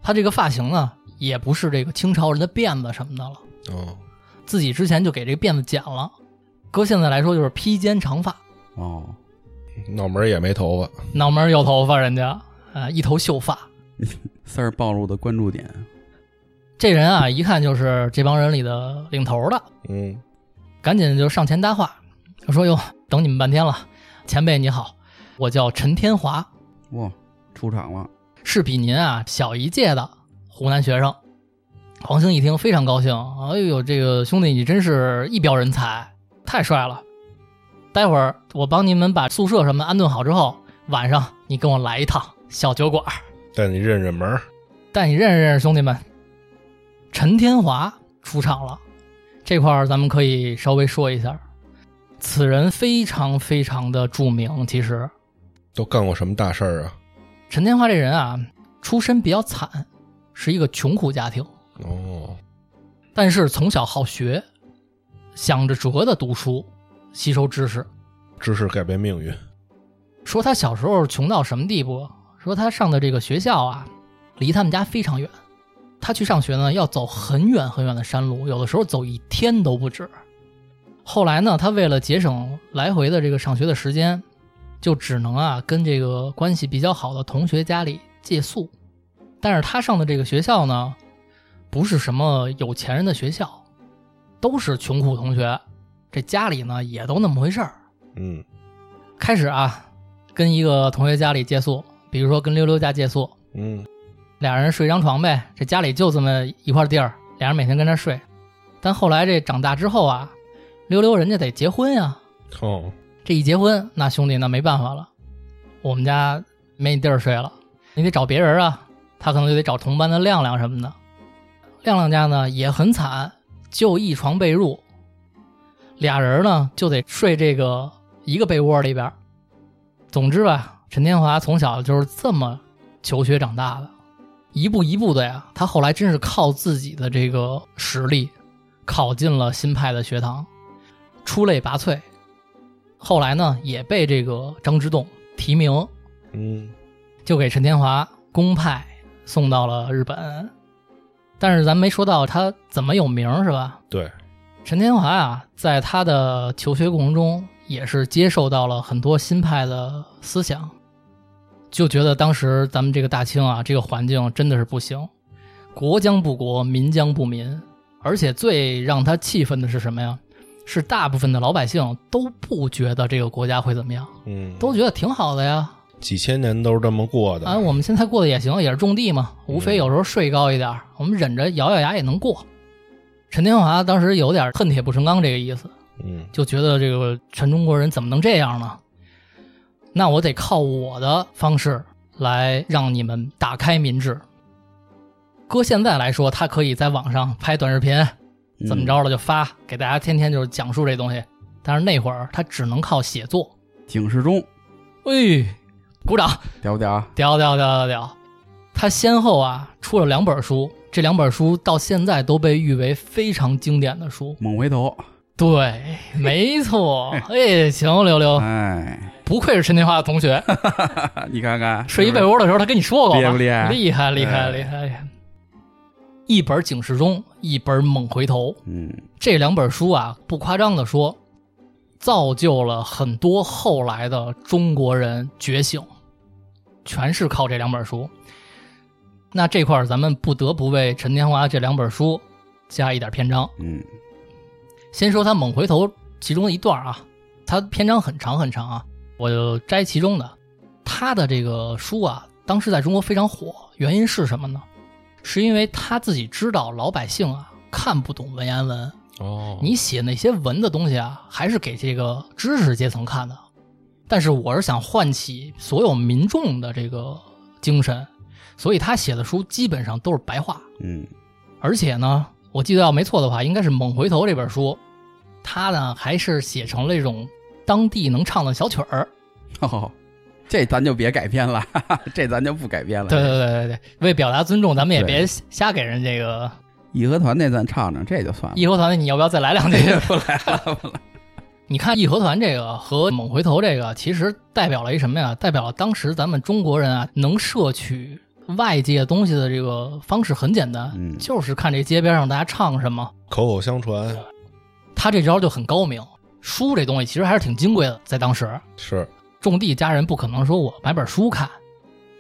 他这个发型呢，也不是这个清朝人的辫子什么的了，
哦，
自己之前就给这个辫子剪了，搁现在来说就是披肩长发，
哦，
脑门儿也没头发，
脑门儿有头发，人家啊一头秀发。
三儿暴露的关注点，
这人啊，一看就是这帮人里的领头的，
嗯，
赶紧就上前搭话，就说：“哟，等你们半天了，前辈你好，我叫陈天华，
哇，出场了，
是比您啊小一届的湖南学生。”黄兴一听非常高兴，哎呦，这个兄弟你真是一表人才，太帅了！待会儿我帮你们把宿舍什么安顿好之后，晚上你跟我来一趟小酒馆，
带你认认门儿，
带你认识认识兄弟们。陈天华出场了，这块儿咱们可以稍微说一下。此人非常非常的著名。其实
都干过什么大事儿啊？
陈天华这人啊，出身比较惨，是一个穷苦家庭，
哦，
但是从小好学，想着辙的读书，吸收知识。
知识改变命运，
说他小时候穷到什么地步？说他上的这个学校啊，离他们家非常远。他去上学呢，要走很远很远的山路，有的时候走一天都不止。后来呢，他为了节省来回的这个上学的时间，就只能啊跟这个关系比较好的同学家里借宿。但是他上的这个学校呢，不是什么有钱人的学校，都是穷苦同学，这家里呢也都那么回事儿。
嗯，
开始啊，跟一个同学家里借宿，比如说跟溜溜家借宿，
嗯，
俩人睡一张床呗，这家里就这么一块地儿，俩人每天跟那儿睡。但后来这长大之后啊，溜溜人家得结婚呀、啊
哦，
这一结婚，那兄弟那没办法了，我们家没你地儿睡了，你得找别人啊。他可能就得找同班的亮亮什么的。亮亮家呢也很惨，就一床被褥，俩人呢就得睡这个一个被窝里边儿。总之吧，陈天华从小就是这么求学长大的，一步一步的呀，他后来真是靠自己的这个实力，考进了新派的学堂，出类拔萃。后来呢，也被这个张之洞提名，
嗯，
就给陈天华公派送到了日本。但是咱没说到他怎么有名儿是吧？
对，
陈天华啊，在他的求学过程中，也是接受到了很多新派的思想，就觉得当时咱们这个大清啊，这个环境真的是不行，国将不国，民将不民。而且最让他气愤的是什么呀？是大部分的老百姓都不觉得这个国家会怎么样，
嗯，
都觉得挺好的呀。
几千年都是这么过的，
啊，我们现在过得也行，也是种地嘛，无非
嗯
有时候税高一点儿，我们忍着咬咬牙也能过。陈天华当时有点恨铁不成钢这个意思，
嗯，
就觉得这个全中国人怎么能这样呢？那我得靠我的方式来让你们打开民智。搁现在来说，他可以在网上拍短视频，
嗯
怎么？着了就发，给大家天天就是讲述这东西。但是那会儿他只能靠写作。
警示钟，
哎，鼓掌。
屌不啊
屌
屌？
屌屌屌屌！他先后啊出了两本书，这两本书到现在都被誉为非常经典的书。
猛回头，
对，没错。哎，行，刘刘，
哎，
不愧是陈天华的同 学。
你看看，
睡一被
是
窝的时候，他跟你说过
厉
吧？
害不厉害
厉害，厉害，
哎
厉害！厉害一本《警示钟》，一本《猛回头》，
不是，嗯，
这两本书啊，不夸张的说，造就了很多后来的中国人觉醒，全是靠这两本书。那这块儿，咱们不得不为陈天华这两本书加一点篇章。
嗯，
先说他《猛回头》其中的一段啊，它篇章很长很长啊，我就摘其中的。他的这个书啊，当时在中国非常火，原因是什么呢？是因为他自己知道老百姓啊看不懂文言文，
哦，
你写那些文的东西啊，还是给这个知识阶层看的。但是我是想唤起所有民众的这个精神，所以他写的书基本上都是白话，
嗯
而且呢，我记得要没错的话，应该是《猛回头》这本书，他呢还是写成了一种当地能唱的小曲儿。
哦，这咱就别改编了，哈哈这咱就不改编了。
对对对对对，为表达尊重，咱们也
对
别瞎给人这个
义和团那咱唱唱，这就算了。
义和团。你要不要再来两句？
啊 不来了，不来了。
你看义和团这个和猛回头这个，其实代表了一什么呀？代表了当时咱们中国人啊，能摄取外界东西的这个方式很简单，
嗯
就是看这街边上大家唱什么。
口口相传
他这招就很高明。书这东西其实还是挺金贵的，在当时，
是
种地家人不可能说我买本书看，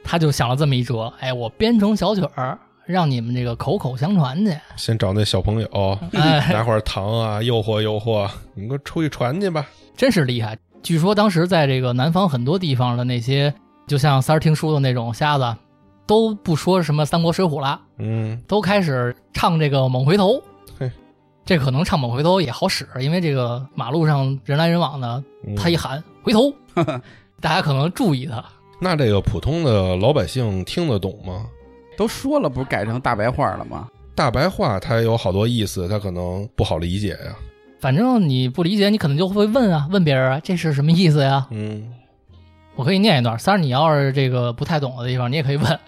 他就想了这么一辙，哎，我编成小曲儿，让你们这个口口相传去。
先找那小朋友
哎，
拿块糖啊，诱惑诱惑，你给我出去传去吧。
真是厉害！据说当时在这个南方很多地方的那些，就像三儿听书的那种瞎子，都不说什么三国水浒啦，
嗯，
都开始唱这个猛回头
嘿。
这可能唱猛回头也好使，因为这个马路上人来人往的，
嗯
他一喊回头，大家可能注意他。
那这个普通的老百姓听得懂吗？
都说了，不是改成大白话了吗？
大白话它有好多意思，它可能不好理解呀、
反正你不理解，你可能就会问啊，问别人啊，这是什么意思呀？
嗯，
我可以念一段，三儿，你要是这个不太懂的地方，你也可以问。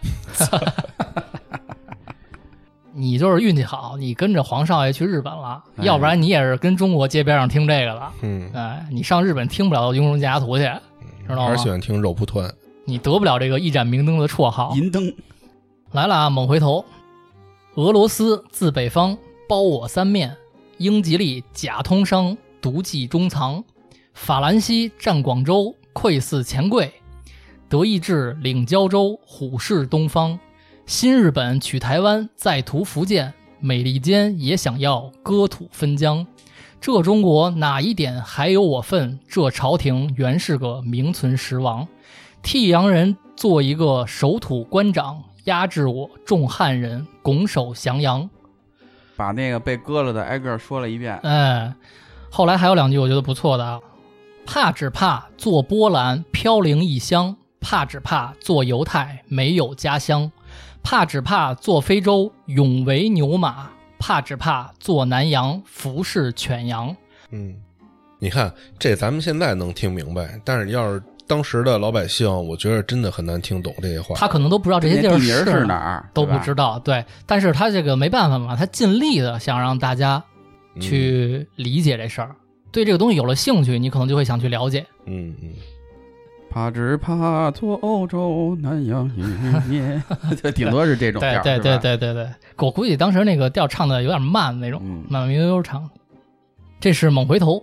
你就是运气好，你跟着黄少爷去日本了，
哎
要不然你也是跟中国街边上听这个了。
嗯，
哎，你上日本听不了《雍容家图》去，知道啊
还是喜
吗？
欢听肉蒲团。
你得不了这个一盏明灯的绰号。
银灯，
来了啊，猛回头。俄罗斯自北方包我三面，英吉利假通商，毒计中藏。法兰西占广州，窥伺钱柜。德意志领胶州，虎视东方。新日本取台湾，再图福建。美利坚也想要割土分疆。这中国哪一点还有我份？这朝廷原是个名存实亡。替洋人做一个守土官长，压制我众汉人，拱手降洋。
把那个被割了的挨个儿说了一遍。
哎，后来还有两句我觉得不错的啊，怕只怕做波兰飘零异乡，怕只怕做犹太没有家乡，怕只怕做非洲永为牛马，怕只怕做南洋服侍犬羊。
嗯，你看这咱们现在能听明白，但是要是当时的老百姓，我觉得真的很难听懂这些话。
他可能都不知道这些
那
地
地
儿
名儿
是
是哪儿
都不知
道。
道，对，但是他这个没办法嘛，他尽力的想让大家
嗯
去理解这事儿，对这个东西有了兴趣，你可能就会想去了解。
嗯嗯，
怕只怕做欧洲南洋一面， 就顶多是这种调
对
儿。
对
是吧
对，对对对，我估计当时那个调唱的有点慢那种，
嗯
慢慢悠悠唱的。这是猛回头，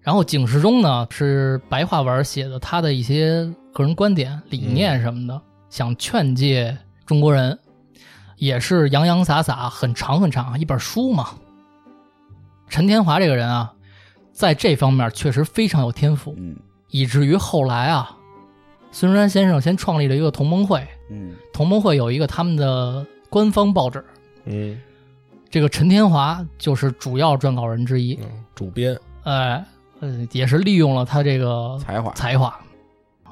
然后警世中呢是白话文写的他的一些个人观点、理念什么
嗯
的，想劝诫中国人，也是洋洋洒洒，很长很长一本书嘛。陈天华这个人啊，在这方面确实非常有天赋，
嗯
以至于后来啊，孙中山先生先创立了一个同盟会，
嗯，
同盟会有一个他们的官方报纸，
嗯
这个陈天华就是主要撰稿人之一，
嗯，主编，
哎，呃，也是利用了他这个
才华。
哦才华。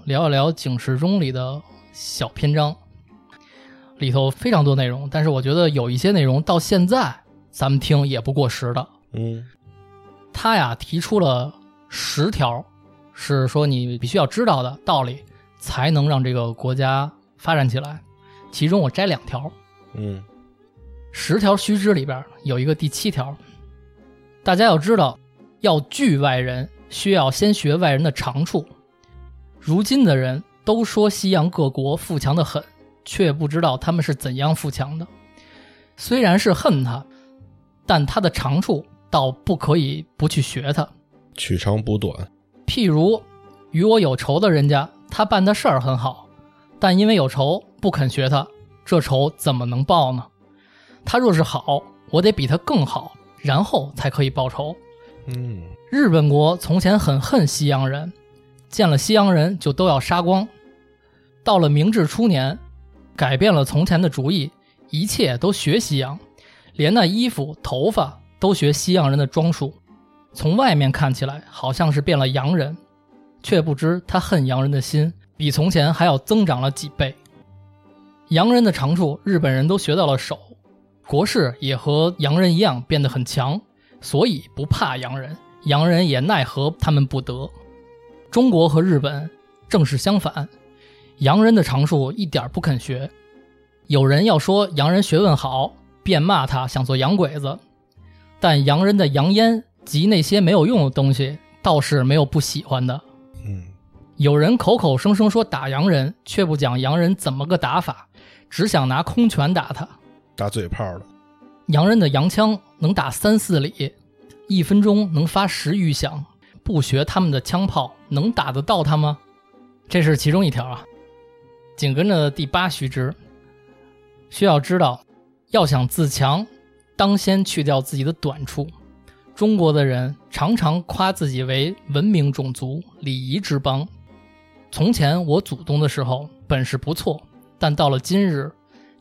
聊一聊《警世钟》里的小篇章，里头非常多内容，但是我觉得有一些内容到现在咱们听也不过时的。
嗯
他呀提出了十条，是说你必须要知道的道理，才能让这个国家发展起来。其中我摘两条，
嗯
十条须知里边有一个第七条，大家要知道，要拒外人，需要先学外人的长处。如今的人都说西洋各国富强的很，却不知道他们是怎样富强的。虽然是恨他，但他的长处倒不可以不去学他。
取长补短。
譬如与我有仇的人家，他办的事儿很好，但因为有仇不肯学他，这仇怎么能报呢？他若是好，我得比他更好，然后才可以报仇。
嗯，
日本国从前很恨西洋人，见了西洋人就都要杀光。到了明治初年，改变了从前的主意，一切都学西洋，连那衣服、头发都学西洋人的装束。从外面看起来好像是变了洋人，却不知他恨洋人的心比从前还要增长了几倍。洋人的长处，日本人都学到了手，国势也和洋人一样变得很强，所以不怕洋人，洋人也奈何他们不得。中国和日本正是相反，洋人的长处一点不肯学。有人要说洋人学问好，便骂他想做洋鬼子，但洋人的洋烟及那些没有用的东西，倒是没有不喜欢的。
嗯，
有人口口声声说打洋人，却不讲洋人怎么个打法，只想拿空拳打他。
打嘴炮的，
洋人的洋枪能打三四里，一分钟能发十余响，不学他们的枪炮，能打得到他吗？这是其中一条啊。紧跟着第八须知，需要知道，要想自强，当先去掉自己的短处。中国的人常常夸自己为文明种族、礼仪之邦。从前我祖宗的时候本事不错，但到了今日，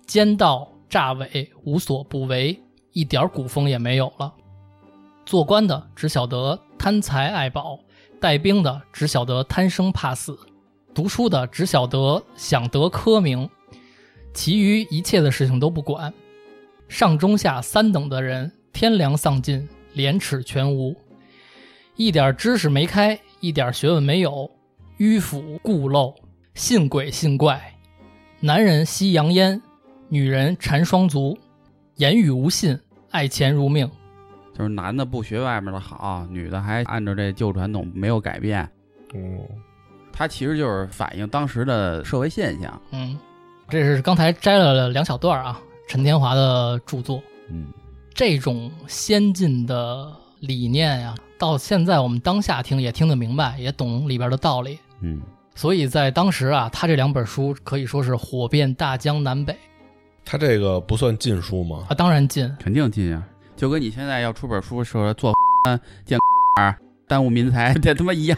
奸盗诈伪无所不为，一点儿古风也没有了。做官的只晓得贪财爱宝，带兵的只晓得贪生怕死，读书的只晓得想得科名，其余一切的事情都不管。上中下三等的人天良丧尽，廉耻全无，一点知识没开，一点学问没有，迂腐固陋，信鬼信怪。男人吸洋烟，女人缠双足，言语无信，爱钱如命。
就是男的不学外面的好，女的还按照这旧传统没有改变，
嗯，
它其实就是反映当时的社会现象。
嗯，这是刚才摘了两小段啊，陈天华的著作。
嗯，
这种先进的理念呀、到现在我们当下听也听得明白，也懂里边的道理。
嗯，
所以在当时啊，他这两本书可以说是火遍大江南北
他这个不算禁书吗？
啊，当然进
肯定进啊，就跟你现在要出本书说做 见耽误民财， 这他妈一样，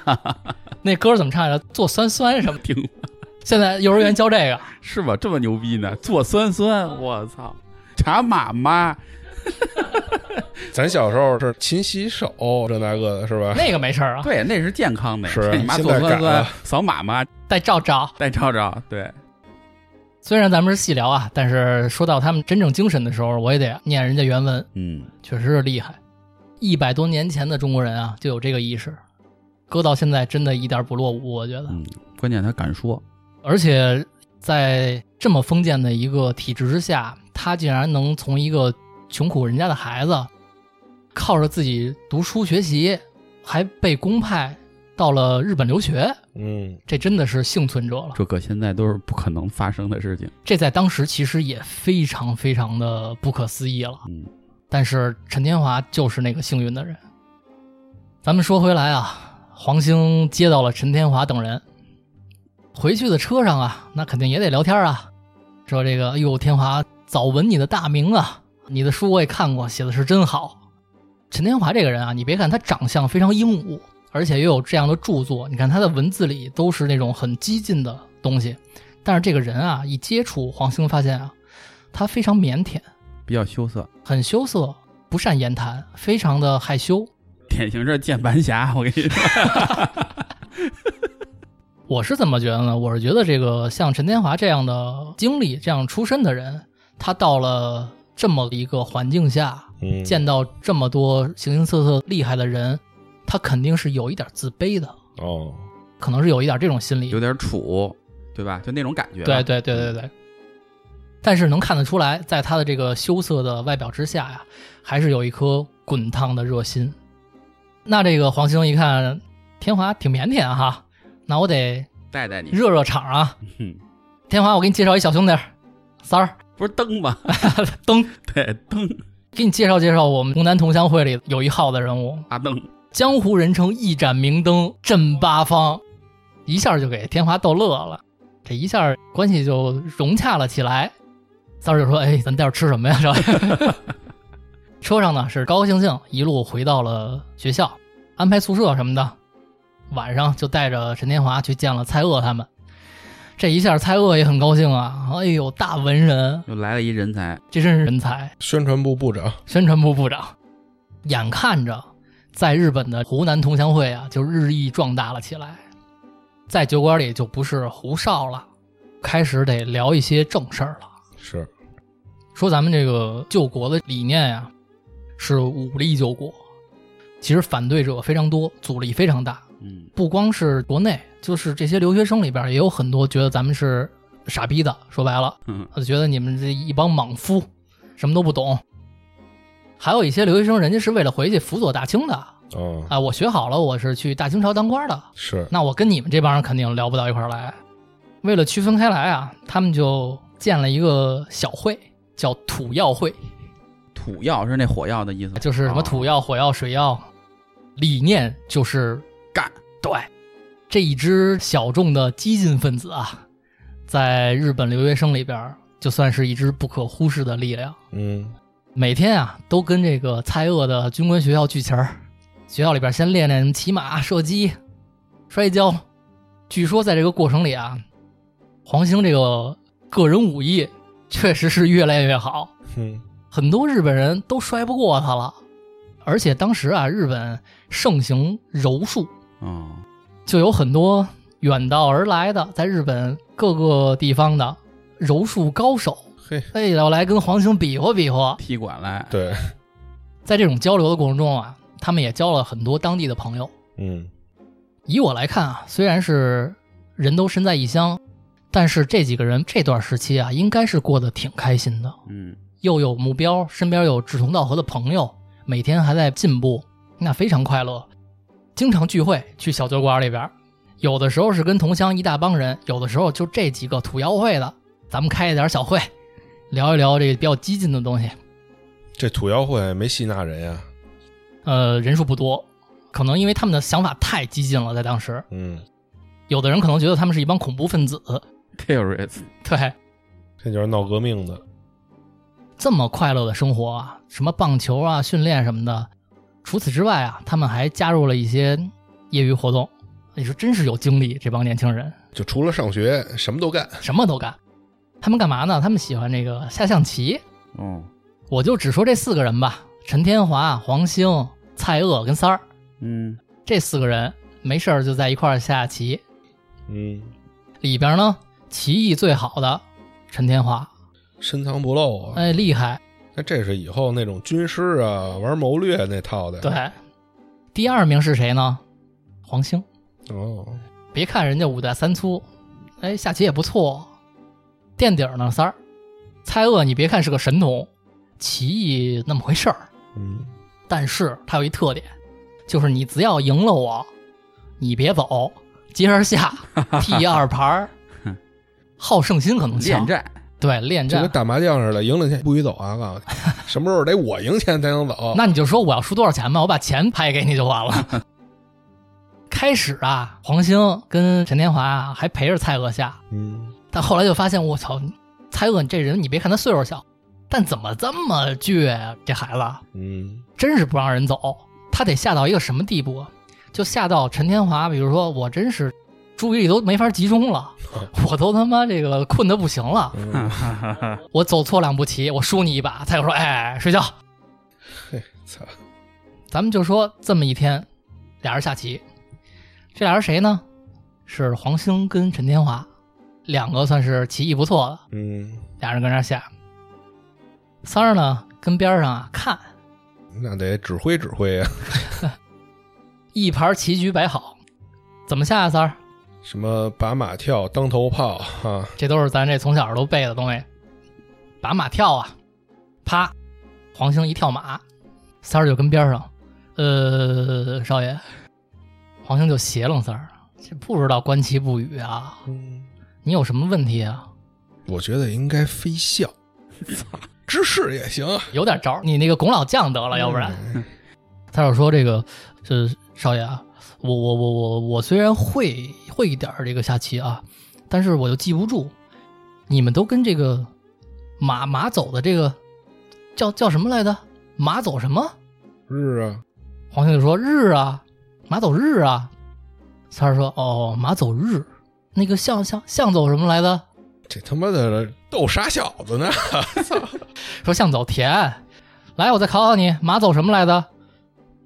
那歌怎么唱来着？做酸酸什么？
听
现在幼儿园教这个，
是吧？这么牛逼呢？做酸酸，我操！查妈妈，
咱小时候是勤洗手，这那个的是吧？
那个没事儿啊，
对，那是健康的。
是啊
这你妈
现
做
在
酸
改
酸
了，
扫妈妈，
带照照。
带照照，对，
虽然咱们是细聊啊，但是说到他们真正精神的时候，我也得念人家原文。
嗯，
确实是厉害。一百多年前的中国人啊，就有这个意识，搁到现在真的一点不落伍，我觉得。
嗯关键他敢说，
而且在这么封建的一个体制之下，他竟然能从一个穷苦人家的孩子，靠着自己读书学习，还被公派到了日本留学，
嗯，
这真的是幸存者了。
这可现在都是不可能发生的事情。
这在当时其实也非常非常的不可思议了。
嗯，
但是陈天华就是那个幸运的人。咱们说回来啊，黄兴接到了陈天华等人，回去的车上啊，那肯定也得聊天啊，说这个，哎呦，天华，早闻你的大名啊，你的书我也看过，写的是真好。陈天华这个人啊，你别看他长相非常英武，而且又有这样的著作，你看他的文字里都是那种很激进的东西，但是这个人啊，一接触黄兴，发现啊，他非常腼腆。
比较羞涩，
很羞涩，不善言谈，非常的害羞。
典型是键盘侠。我跟你 说，
我是怎么觉得呢？我是觉得这个像陈天华这样的经历、这样出身的人，他到了这么一个环境下，
嗯
见到这么多形形色色厉害的人，他肯定是有一点自卑的，
哦，
可能是有一点这种心理。
有点楚，对吧？就那种感觉。
对对对对对。但是能看得出来，在他的这个羞涩的外表之下呀，还是有一颗滚烫的热心。那这个黄兴一看，天华挺腼腆啊哈，那我得
带带你，
热热场啊。
嗯
天华，我给你介绍一小兄弟儿，三儿
不是 灯吗？
登，
对，灯
给你介绍介绍我们东南同乡会里有一号的人物，
阿灯，
江湖人称一盏明灯震八方，一下就给天华逗乐了，这一下关系就融洽了起来。三儿就说：“哎，咱待会儿吃什么呀？”是吧？车上呢是高高兴兴一路回到了学校，安排宿舍什么的。晚上就带着陈天华去见了蔡锷他们。这一下蔡锷也很高兴啊！哎呦，大文人，
又来了一人才，
这真是人才！
宣传部部长
宣传部部长，眼看着在日本的湖南同乡会啊，就日益壮大了起来。在酒馆里就不是胡哨了，开始得聊一些正事儿了。
是
说咱们这个救国的理念呀、是武力救国。其实反对者非常多，阻力非常大。
嗯，
不光是国内，就是这些留学生里边也有很多觉得咱们是傻逼的。说白了，
嗯
他就觉得你们这一帮莽夫，什么都不懂。还有一些留学生，人家是为了回去辅佐大清的
哦，
啊，我学好了，我是去大清朝当官的，
是
那我跟你们这帮人肯定聊不到一块儿来。为了区分开来啊，他们就建了一个小会，叫土药会，
土药是那火药的意思，啊
就是什么土药、火药、水药，理念就是
干。
对，这一支小众的激进分子啊，在日本留学生里边儿就算是一支不可忽视的力量。
嗯
每天啊，都跟这个蔡锷的军官学校聚齐儿，学校里边先练练骑马、射击、摔跤。据说在这个过程里啊，黄兴这个个人武艺确实是越来越好，
哼
很多日本人都摔不过他了。而且当时啊，日本盛行柔术，
哦，
就有很多远道而来的，在日本各个地方的柔术高手，
嘿，
哎，要来跟黄兴比划比划。
踢馆来，
对，
啊在这种交流的过程中啊，他们也交了很多当地的朋友。
嗯
以我来看啊，虽然是人都身在异乡，但是这几个人这段时期啊，应该是过得挺开心的，
嗯，
又有目标，身边有志同道合的朋友，每天还在进步，那非常快乐。经常聚会，去小酒馆里边儿，有的时候是跟同乡一大帮人，有的时候就这几个土窑会的，咱们开一点小会，聊一聊这个比较激进的东西。
这土窑会没吸纳人呀，
呃，人数不多，可能因为他们的想法太激进了，在当时，
嗯，
有的人可能觉得他们是一帮恐怖分子。
terrorist，
对，
这就是闹革命的，
这么快乐的生活啊，什么棒球啊、训练什么的。除此之外啊，他们还加入了一些业余活动。你说真是有精力，这帮年轻人
就除了上学什么都干，
什么都干。他们干嘛呢？他们喜欢这个下象棋。
哦，
我就只说这四个人吧：陈天华、黄兴、蔡锷跟三儿。
嗯，
这四个人没事儿就在一块儿下下棋。
嗯，
里边呢，棋艺最好的陈天华，
深藏不露啊。
哎，厉害。
那这是以后那种军师啊，玩谋略那套的。，
对，第二名是谁呢？黄兴。
哦，
别看人家五代三粗，哎，下棋也不错。垫底儿呢三儿，蔡锷你别看是个神童，棋艺那么回事儿，
嗯，
但是他有一特点，就是你只要赢了我，你别走，接着 下，T 二盘儿，好胜心可能
恋
强。
战，
对，恋
就
战
跟。打麻将似的，赢了钱不许走啊！告诉 你，什么时候得我赢钱才能走？
那你就说我要输多少钱吧，我把钱拍给你就完了。开始啊，黄兴跟陈天华啊还陪着蔡锷下，
嗯，
但后来就发现，我操，蔡锷你这人，你别看他岁数小，但怎么这么倔呀、这孩子
嗯，
真是不让人走，他得下到一个什么地步啊？就下到陈天华，比如说我真是注意力都没法集中了，我都他妈这个困得不行了，
嗯
我走错两步棋，我输你一把。蔡锷说：“哎，睡觉。”
嘿，操，
咱们就说这么一天，俩人下棋，这俩人谁呢？是黄兴跟陈天华，两个算是棋艺不错的，
嗯，
俩人跟那儿下。三儿呢跟边儿上啊看，
那得指挥指挥啊呀、
一盘棋局摆好，怎么下呀、啊三儿？
什么把马跳、当头炮啊，
这都是咱这从小都背的东西。把马跳啊，啪，黄兴一跳马，三儿就跟边儿上，呃，少爷，黄兴就斜楞三儿，这不知道观棋不语啊，
嗯，
你有什么问题啊？
我觉得应该飞笑，知识也行，啊
有点招儿，你那个拱老将得了，啊要不然。
嗯
他就说这个，是少爷啊，我我我我我虽然会会一点儿这个下棋啊，但是我又记不住。你们都跟这个马马走的这个叫叫什么来着？马走什么？
日啊，
皇兄就说日啊，马走日啊。三儿说哦，马走日，那个象象象走什么来的？
这他妈的逗傻小 子呢！
说象走田。来，我再考考你，马走什么来的？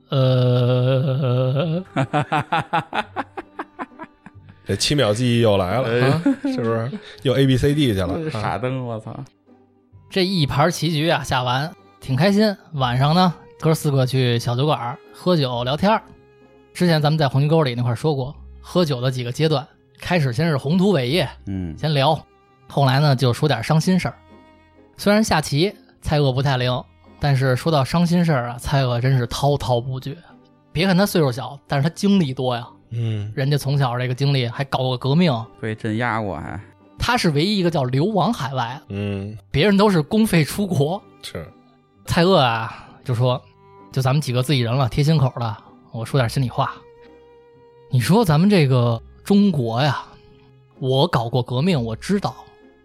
呃，
这七秒记忆又来
哎
了，啊，是不是？又 A B C D 去了？
傻
啊
灯，我操！
这一盘棋局啊下完，挺开心。晚上呢，哥四个去小酒馆儿喝酒聊天儿。之前咱们在红旗沟里那块儿说过，喝酒的几个阶段，开始先是宏图伟业，
嗯，
先聊，后来呢就说点伤心事儿。虽然下棋蔡锷不太灵，但是说到伤心事儿啊，蔡锷真是滔滔不绝。别看他岁数小，但是他经历多呀。
嗯，
人家从小这个经历还搞过革命，
被镇压过还，
他是唯一一个叫流亡海外，
嗯，
别人都是公费出国。
是，
蔡锷啊，就说，就咱们几个自己人了，贴心口的，我说点心里话。你说咱们这个中国呀，我搞过革命，我知道，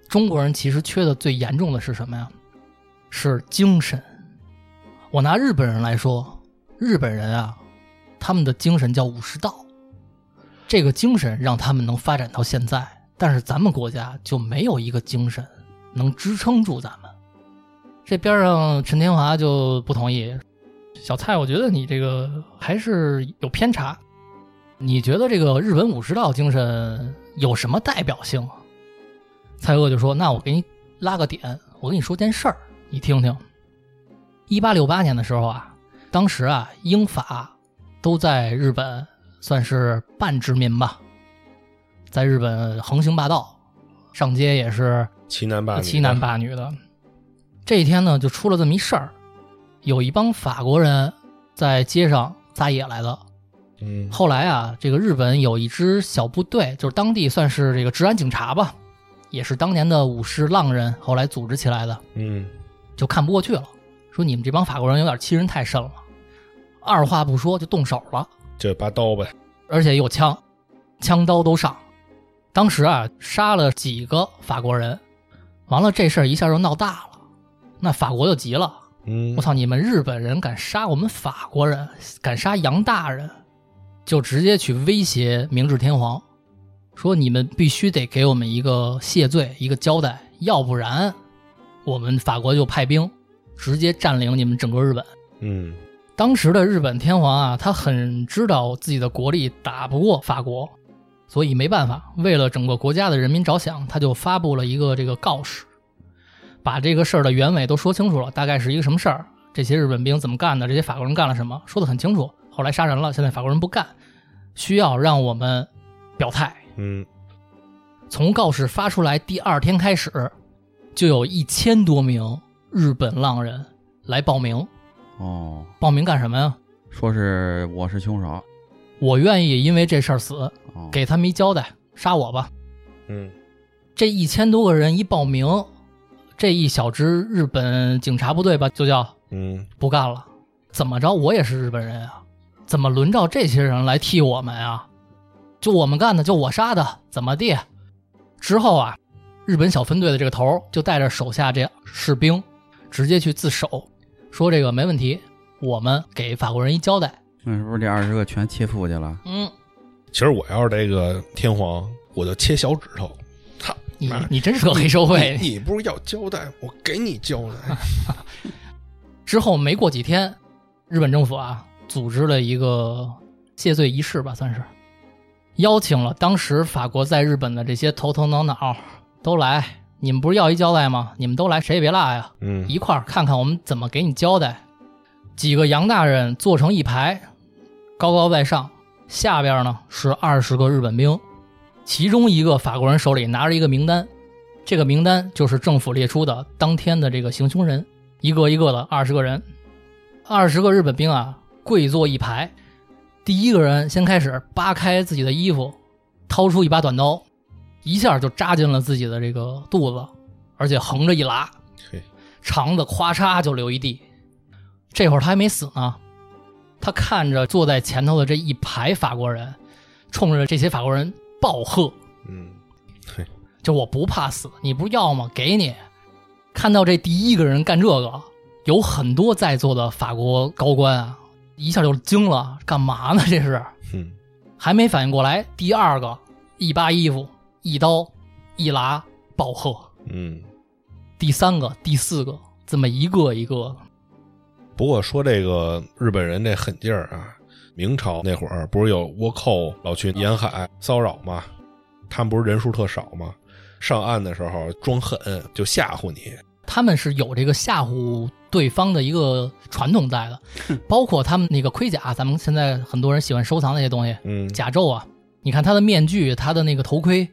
中国人其实缺的最严重的是什么呀？是精神。我拿日本人来说，日本人啊，他们的精神叫武士道，这个精神让他们能发展到现在。但是咱们国家就没有一个精神能支撑住咱们。这边上陈天华就不同意，小蔡，我觉得你这个还是有偏差。你觉得这个日本武士道精神有什么代表性啊？蔡锷就说：“那我给你拉个点，我跟你说件事儿，你听听。一八六八年的时候啊，当时啊，英法都在日本算是半殖民吧，在日本横行霸道，上街也是
欺男啊霸女，
欺男，霸女的。这一天呢，就出了这么一事儿，有一帮法国人在街上撒野来的。
嗯，
后来啊，这个日本有一支小部队，就是当地算是这个治安警察吧，也是当年的武士浪人，后来组织起来的。
嗯，
就看不过去了，说你们这帮法国人有点欺人太甚了。二话不说就动手了，
就拔刀呗，
而且有枪，枪刀都上。当时啊，杀了几个法国人，完了这事儿一下就闹大了。那法国就急了，
嗯，
我，操，你们日本人敢杀我们法国人，敢杀洋大人，就直接去威胁明治天皇，说你们必须得给我们一个谢罪，一个交代，要不然我们法国就派兵直接占领你们整个日本。
嗯，
当时的日本天皇啊，他很知道自己的国力打不过法国，所以没办法，为了整个国家的人民着想，他就发布了一个这个告示，把这个事儿的原委都说清楚了，大概是一个什么事儿，这些日本兵怎么干的，这些法国人干了什么，说的很清楚。后来杀人了，现在法国人不干，需要让我们表态。
嗯，
从告示发出来第二天开始，就有一千多名日本浪人来报名，
哦，
报名干什么呀？
说是我是凶手，
我愿意因为这事儿死，
哦，
给他们一交代，杀我吧。
嗯，
这一千多个人一报名，这一小支日本警察部队吧，就叫
嗯，
不干了。怎么着，我也是日本人啊，怎么轮到这些人来替我们啊？就我们干的，就我杀的，怎么地？之后啊，日本小分队的这个头儿就带着手下这士兵，直接去自首，说这个没问题，我们给法国人一交代。
那是不是这二十个全切腹去了？
嗯，
其实我要是这个天皇，我就切小指头。操
你
妈
你真是个黑社 会，
你你不是要交代，我给你交 代。
之后没过几天，日本政府啊组织了一个谢罪仪式吧，算是邀请了当时法国在日本的这些头头脑脑都来。你们不是要一交代吗？你们都来，谁也别落呀，
嗯，
一块儿看看我们怎么给你交代。几个洋大人坐成一排，高高在上，下边呢是二十个日本兵，其中一个法国人手里拿着一个名单，这个名单就是政府列出的当天的这个行凶人，一个一个的二十个人，二十个日本兵啊跪坐一排，第一个人先开始扒开自己的衣服，掏出一把短刀，一下就扎进了自己的这个肚子，而且横着一拉，
嘿，
肠子咵嚓就流一地。这会儿他还没死呢，他看着坐在前头的这一排法国人，冲着这些法国人暴喝
嗯，：“
就我不怕死，你不是要吗？给你！”看到这第一个人干这个，有很多在座的法国高官啊，一下就惊了，干嘛呢？这是
嗯，
还没反应过来。第二个一扒衣服，一刀一拉暴喝；
嗯。
第三个、第四个，这么一个一个
不过说这个日本人这狠劲儿啊，明朝那会儿不是有倭寇老去沿海骚扰吗？他们不是人数特少吗？上岸的时候装狠就吓唬你，
他们是有这个吓唬对方的一个传统在的，包括他们那个盔甲，咱们现在很多人喜欢收藏那些东西，
嗯，
甲胄啊，你看他的面具、他的那个头盔，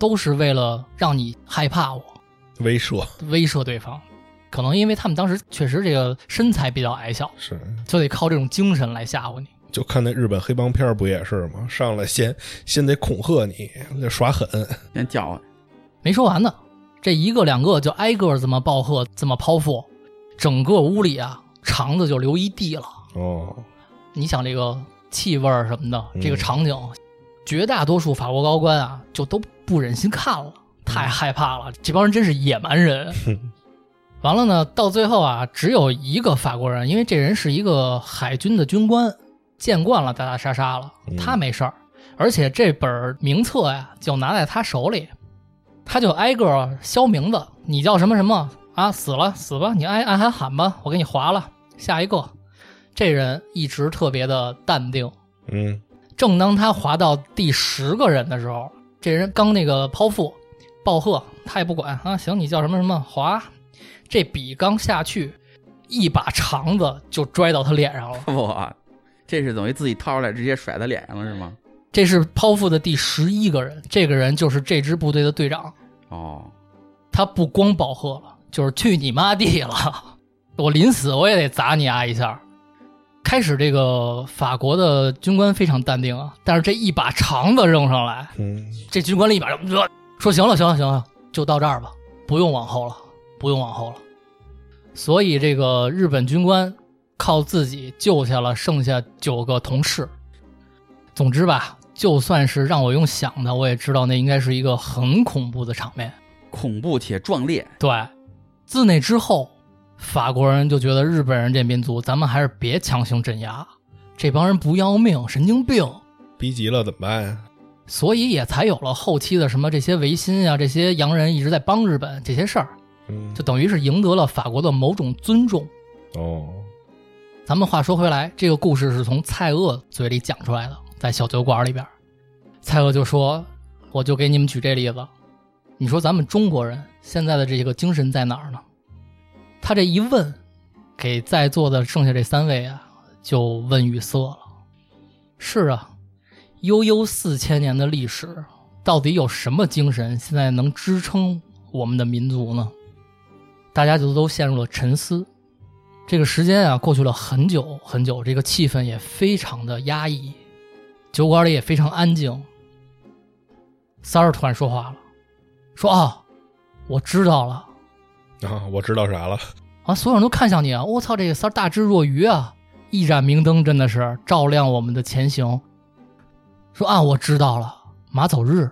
都是为了让你害怕我，
威慑
威慑对方。可能因为他们当时确实这个身材比较矮小，
是，
就得靠这种精神来吓唬你。
就看那日本黑帮片儿不也是吗？上来先先得恐吓你，得耍狠，
先叫唤，
没说完呢，这一个两个就挨个这么暴喝，这么剖腹，整个屋里啊肠子就流一地了。
哦，
你想这个气味儿什么的，
嗯
这个场景，绝大多数法国高官啊，就都不忍心看了，太害怕了。这帮人真是野蛮人。完了呢，到最后啊，只有一个法国人，因为这人是一个海军的军官，见惯了打打杀杀了，
嗯
他没事儿。而且这本名册呀，就拿在他手里，他就挨个削名字，你叫什么什么啊？死了死吧，你挨按喊喊吧，我给你划了，下一个。这人一直特别的淡定。
嗯，
正当他划到第十个人的时候，这人刚那个剖腹暴喝，他也不管啊，行，你叫什么什么划，这笔刚下去，一把肠子就拽到他脸上了。
我这是等于自己掏出来直接甩他脸上了是吗？
这是剖腹的第十一个人，这个人就是这支部队的队长。
哦，
他不光暴喝了，就是去你妈地了！ 我临死我也得砸你啊一下。开始这个法国的军官非常淡定啊，但是这一把肠子扔上来，
嗯，
这军官立马就、呃说：“行了，行了，行了，就到这儿吧，不用往后了，不用往后了。”所以这个日本军官靠自己救下了剩下九个同事。总之吧，就算是让我用想的，我也知道那应该是一个很恐怖的场面。
恐怖且壮烈，
对，自那之后，法国人就觉得日本人这民族，咱们还是别强行镇压，这帮人不要命，神经病，
逼急了怎么办呀？
所以也才有了后期的什么这些维新啊，这些洋人一直在帮日本这些事儿，
嗯，
就等于是赢得了法国的某种尊重。
哦，
咱们话说回来，这个故事是从蔡锷嘴里讲出来的，在小酒馆里边，蔡锷就说：“我就给你们举这例子，你说咱们中国人现在的这个精神在哪儿呢？”他这一问，给在座的剩下这三位啊，就问语塞了。是啊，悠悠四千年的历史，到底有什么精神现在能支撑我们的民族呢？大家就都陷入了沉思。这个时间啊，过去了很久很久，这个气氛也非常的压抑，酒馆里也非常安静。三儿突然说话了，说：“哦，我知道了
啊，我知道啥了，
啊！”所有人都看向你啊！我、操，这个三儿大智若愚啊！一盏明灯真的是照亮我们的前行。说啊，我知道了，马走日。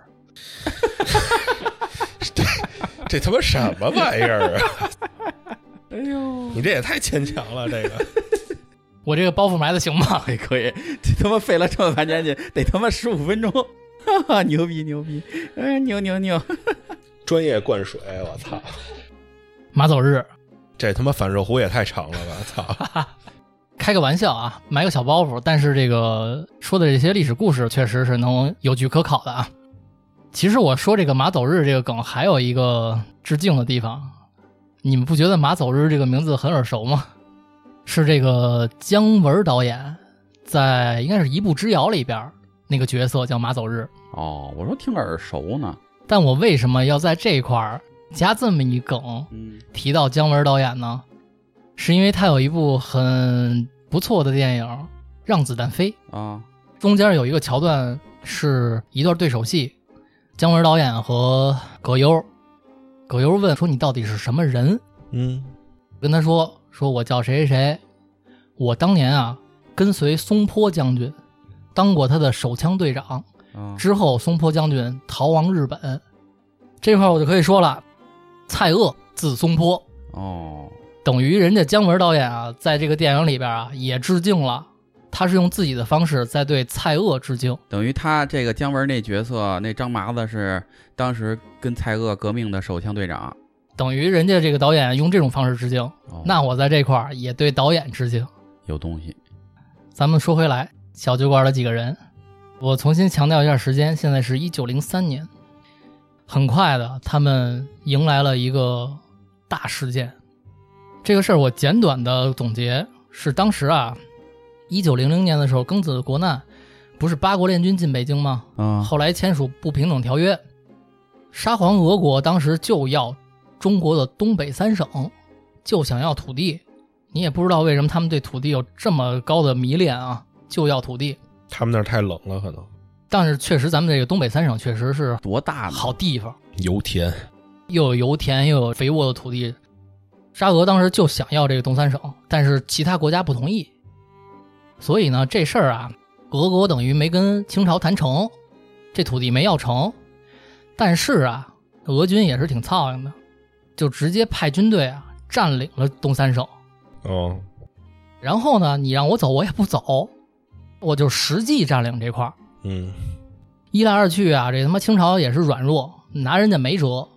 这他妈什么玩意儿啊？
哎呦，
你这也太牵强了，这个。
我这个包袱埋的行吗？
可以哎可以，这他妈费了这么半天劲，得他妈十五分钟， 哈哈，牛逼牛逼，哎牛牛牛，
专业灌水，我操！
马走日，
这他妈反射弧也太长了吧！操，
开个玩笑啊，埋个小包袱，但是这个说的这些历史故事确实是能有据可考的啊。其实我说这个马走日这个梗，还有一个致敬的地方，你们不觉得马走日这个名字很耳熟吗？是这个姜文导演在应该是一步之遥里边那个角色叫马走日，
哦，我说听着耳熟呢，
但我为什么要在这一块儿加这么一梗？
嗯，
提到姜文导演呢，是因为他有一部很不错的电影《让子弹飞》，
啊，
中间有一个桥段是一段对手戏，姜文导演和葛优，葛优问说：“你到底是什么人
嗯，？”
跟他说：“说我叫谁谁谁，我当年啊跟随松坡将军，当过他的手枪队长，
啊
之后，松坡将军逃亡日本，这块儿我就可以说了，蔡锷字松坡，
哦，
等于人家姜文导演啊，在这个电影里边啊也致敬了，他是用自己的方式在对蔡锷致敬。
等于他这个姜文那角色，那张麻子是当时跟蔡锷革命的手枪队长。
等于人家这个导演用这种方式致敬，
哦
那我在这块儿也对导演致敬。
有东西，
咱们说回来，小酒馆的几个人，我重新强调一下时间，现在是一九零三年。很快的，他们迎来了一个大事件。这个事儿我简短的总结是：当时啊，一九零零年的时候，庚子国难，不是八国联军进北京吗？
嗯，
后来签署不平等条约，沙皇俄国当时就要中国的东北三省，就想要土地。你也不知道为什么他们对土地有这么高的迷恋啊，就要土地。
他们那儿太冷了，可能
但是确实，咱们这个东北三省确实是
多大呢？
好地方，
油田
又有油田，又有肥沃的土地。沙俄当时就想要这个东三省，但是其他国家不同意，所以呢，这事儿啊，俄国等于没跟清朝谈成，这土地没要成。但是啊，俄军也是挺操心的，就直接派军队啊占领了东三省。
哦，
然后呢，你让我走，我也不走，我就实际占领这块儿。
嗯，
一来二去啊，这他妈清朝也是软弱，拿人家没辙，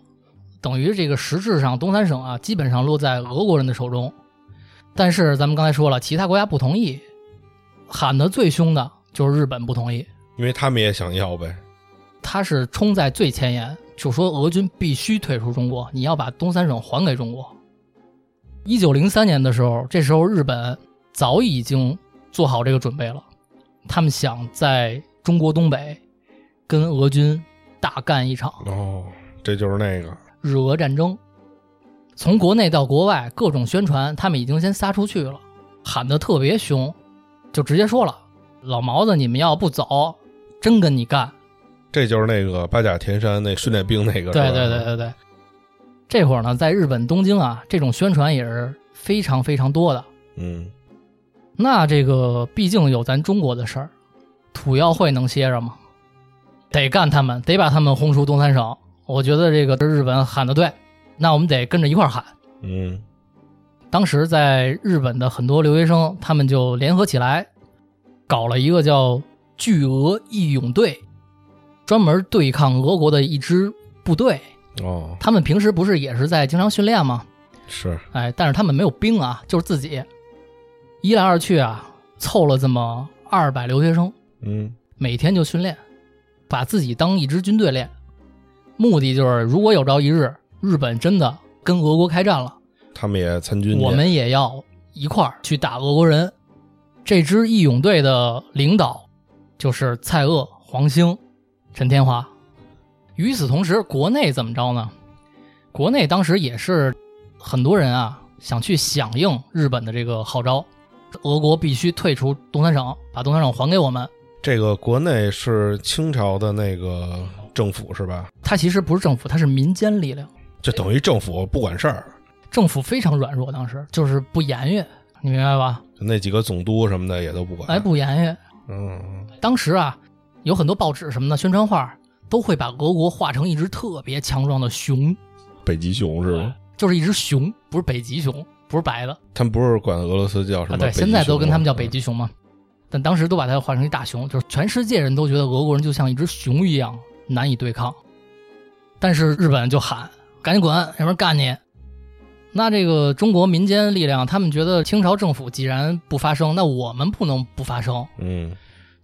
等于这个实质上东三省啊，基本上落在俄国人的手中。但是咱们刚才说了，其他国家不同意，喊得最凶的就是日本不同意，
因为他们也想要呗，
他是冲在最前沿，就说俄军必须退出中国，你要把东三省还给中国。一九零三年的时候，这时候日本早已经做好这个准备了，他们想在中国东北跟俄军大干一场
哦，这就是那个，
日俄战争。从国内到国外，各种宣传，他们已经先撒出去了，喊得特别凶，就直接说了：“老毛子，你们要不走，真跟你干！”
这就是那个八甲田山那训练兵那个，
对
是吧
对对，对对，这会儿呢，在日本东京啊，这种宣传也是非常非常多的。
嗯，
那这个毕竟有咱中国的事儿，土药会能歇着吗？得干他们，得把他们轰出东三省。我觉得这个日本喊的对，那我们得跟着一块儿喊。
嗯，
当时在日本的很多留学生，他们就联合起来，搞了一个叫“巨俄义勇队”，专门对抗俄国的一支部队。
哦，
他们平时不是也是在经常训练吗？
是，
哎，但是他们没有兵啊，就是自己。一来二去啊，凑了这么二百留学生，
嗯，
每天就训练，把自己当一支军队练，目的就是如果有朝一日日本真的跟俄国开战了，
他们也参军去，
我们也要一块儿去打俄国人。这支义勇队的领导就是蔡锷、黄兴、陈天华。与此同时，国内怎么着呢？国内当时也是很多人啊想去响应日本的这个号召，俄国必须退出东三省，把东三省还给我们。
这个国内是清朝的那个政府是吧？
它其实不是政府，它是民间力量。
就等于政府不管事儿，
政府非常软弱，当时就是不言语，你明白吧？
那几个总督什么的也都不管，
哎，不言语，
嗯，
当时啊，有很多报纸什么的宣传画都会把俄国画成一只特别强壮的熊，
北极熊是吧？
就是一只熊，不是北极熊，不是白的
他们不是管俄罗斯叫什
啊。
么？
对，现在都跟他们叫北
极
极熊嘛，但当时都把它画成一大熊，就是全世界人都觉得俄国人就像一只熊一样难以对抗。但是日本就喊：“赶紧滚，要不然干你！”那这个中国民间力量，他们觉得清朝政府既然不发声，那我们不能不发声。
熊，嗯，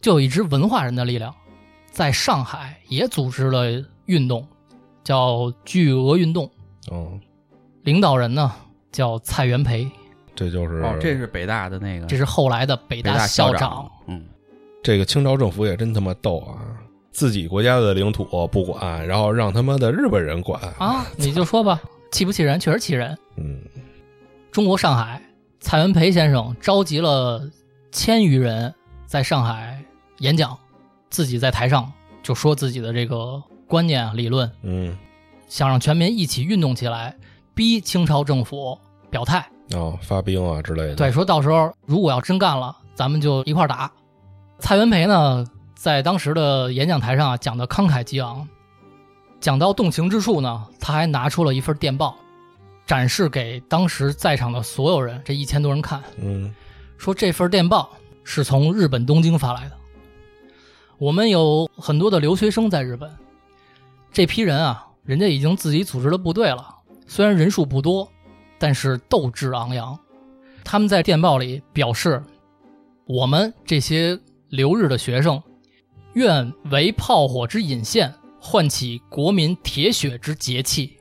就有一支文化人的力量，在上海也组织了运动，叫“巨额运动
哦，”，
领导人呢叫蔡元培，
这就是
哦，这是北大的那个，
这是后来的北
北大
校
长。嗯，
这个清朝政府也真他妈逗啊！自己国家的领土不管，然后让他妈的日本人管，
啊。你就说吧，气不气人？确实气人。
嗯，
中国上海，蔡元培先生召集了千余人在上海演讲，自己在台上就说自己的这个观念啊理论，
嗯，
想让全民一起运动起来，逼清朝政府表态。
哦，发兵啊之类的，
对，，说到时候如果要真干了，咱们就一块儿打。蔡元培呢，在当时的演讲台上啊，讲的慷慨激昂，讲到动情之处呢，他还拿出了一份电报，展示给当时在场的所有人，这一千多人看，
嗯
说这份电报是从日本东京发来的。我们有很多的留学生在日本，这批人啊，人家已经自己组织了部队了，虽然人数不多，但是斗志昂扬。他们在电报里表示，我们这些留日的学生，愿为炮火之引线，唤起国民铁血之节气。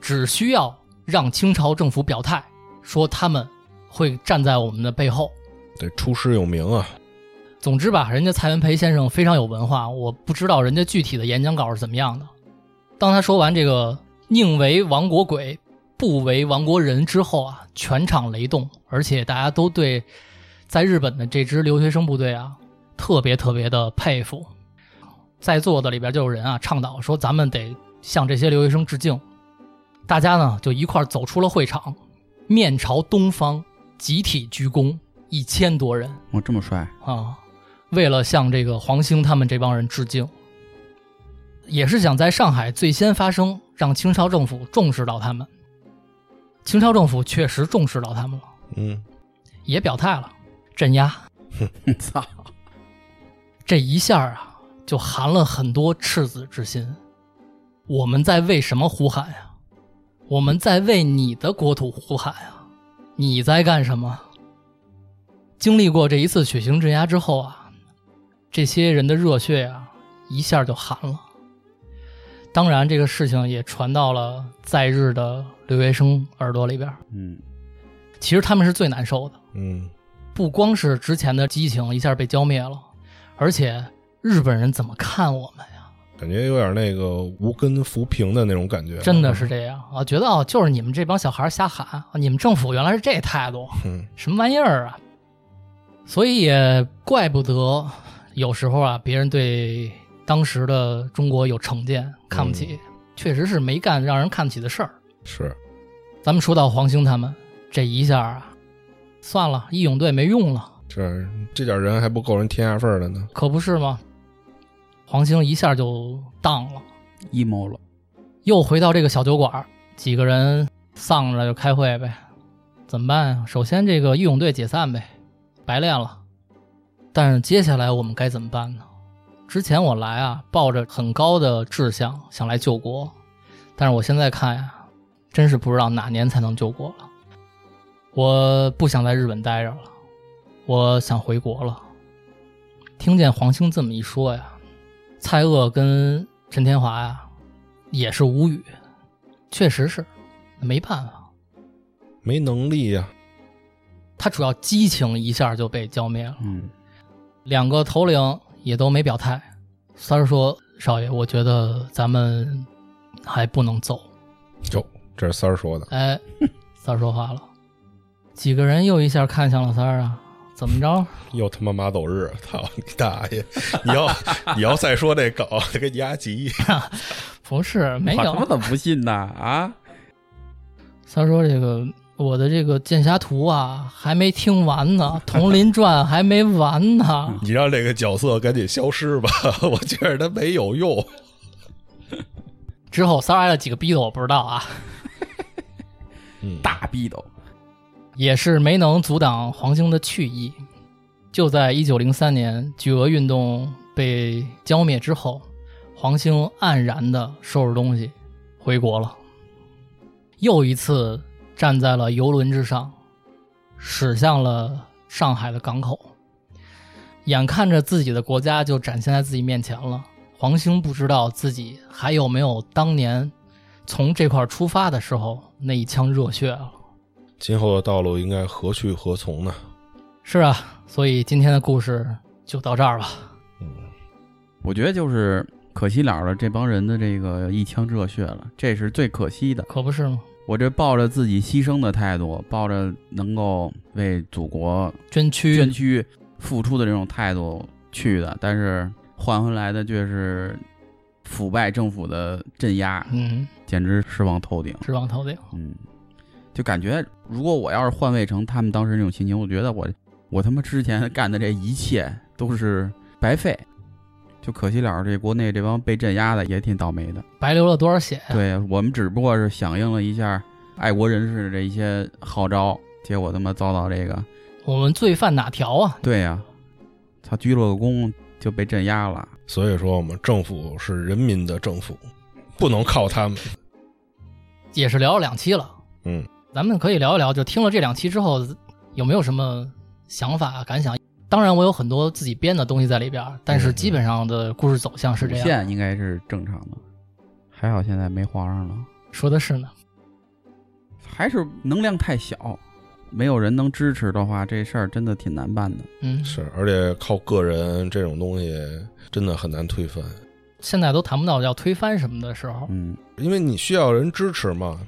只需要让清朝政府表态，说他们会站在我们的背后。
得出师有名啊，
总之吧，人家蔡元培先生非常有文化，我不知道人家具体的演讲稿是怎么样的。当他说完这个“宁为亡国鬼，不为亡国人”之后啊，全场雷动，而且大家都对在日本的这支留学生部队啊，特别特别的佩服。在座的里边就有人啊倡导说，咱们得向这些留学生致敬。大家呢就一块儿走出了会场，面朝东方，集体鞠躬，一千多人。
我这么帅，
啊，为了向这个黄兴他们这帮人致敬，也是想在上海最先发声，让清朝政府重视到他们。清朝政府确实重视到他们了，
嗯
也表态了，镇压。
操！
这一下啊，就含了很多赤子之心。我们在为什么呼喊呀、我们在为你的国土呼喊呀、你在干什么？经历过这一次血腥镇压之后啊，这些人的热血啊，一下就寒了。当然，这个事情也传到了在日的留学生耳朵里边儿，
嗯，
其实他们是最难受的。
嗯，
不光是之前的激情一下被浇灭了，而且日本人怎么看我们呀？
感觉有点那个无根浮萍的那种感觉，嗯
真的是，这样啊，觉得哦，就是你们这帮小孩瞎喊，啊你们政府原来是这态度，
嗯
什么玩意儿啊？所以也怪不得有时候啊，别人对当时的中国有成见，看不起，确实是没干让人看不起的事儿。
是，
咱们说到黄兴他们，这一下啊，算了，义勇队没用了。
这这点人还不够人添下份儿的呢，
可不是吗？黄兴一下就荡了，
emo 了，
又回到这个小酒馆儿，几个人丧着就开会呗，怎么办呀？首先这个义勇队解散呗，白练了。但是接下来我们该怎么办呢？之前我来啊，抱着很高的志向想来救国，但是我现在看呀、真是不知道哪年才能救国了。我不想在日本待着了，我想回国了。听见黄兴这么一说呀，蔡锷跟陈天华呀也是无语，确实是没办法，
没能力呀、
他主要激情一下就被浇灭了。
嗯，
两个头领也都没表态。三儿说：“少爷，我觉得咱们还不能走。
哟，这是三儿说的”，
哎，三儿说话了，几个人又一下看向了三儿啊，怎么着？
又他妈马走日，操你大爷！你要你要再说这梗，这个压急。
不是没
我他妈
有。
怎么不信呢？啊，
三儿说：“这个我的这个《剑侠图》啊，还没听完呢，《佟林传》还没完呢。
你让这个角色赶紧消失吧， 我觉得他没有用。”
之后三儿挨了几个逼的，我不知道啊，
嗯，
大逼斗，
也是没能阻挡黄兴的去意。就在一九零三年巨额运动被浇灭之后，黄兴黯然的收拾东西回国了，又一次站在了游轮之上，驶向了上海的港口。眼看着自己的国家就展现在自己面前了，黄兴不知道自己还有没有当年从这块儿出发的时候那一腔热血啊了。
今后的道路应该何去何从呢？
是啊，所以今天的故事就到这儿吧。
嗯，
我觉得就是可惜了了这帮人的这个一腔热血了，这是最可惜的。
可不是吗？
我这抱着自己牺牲的态度，抱着能够为祖国
捐躯，
捐躯付出的这种态度去的，但是换回来的却是腐败政府的镇压，
嗯，
简直失望透顶。
直往头顶。
嗯，就感觉如果我要是换位成他们当时那种心情，我觉得我我他妈之前干的这一切都是白费。就可惜了，这国内这帮被镇压的也挺倒霉的。
哎白流了多少血呀、
对我们只不过是响应了一下爱国人士的这一些号召，结果他妈遭到这个，
我们罪犯哪条啊？
对呀、他鞠了个躬就被镇压了。
所以说，我们政府是人民的政府，不能靠他们。
也是聊了两期了，
嗯，
咱们可以聊一聊，就听了这两期之后有没有什么想法啊感想？当然，我有很多自己编的东西在里边儿，但是
嗯
基本上的故事走向是这
主
样。
线应该是正常的，还好现在没皇上了，
说的是呢，
还是能量太小，没有人能支持的话，这事儿真的挺难办的。
嗯，
是，而且靠个人这种东西真的很难推翻，
现在都谈不到要推翻什么的时候。
嗯，
因为你需要人支持嘛。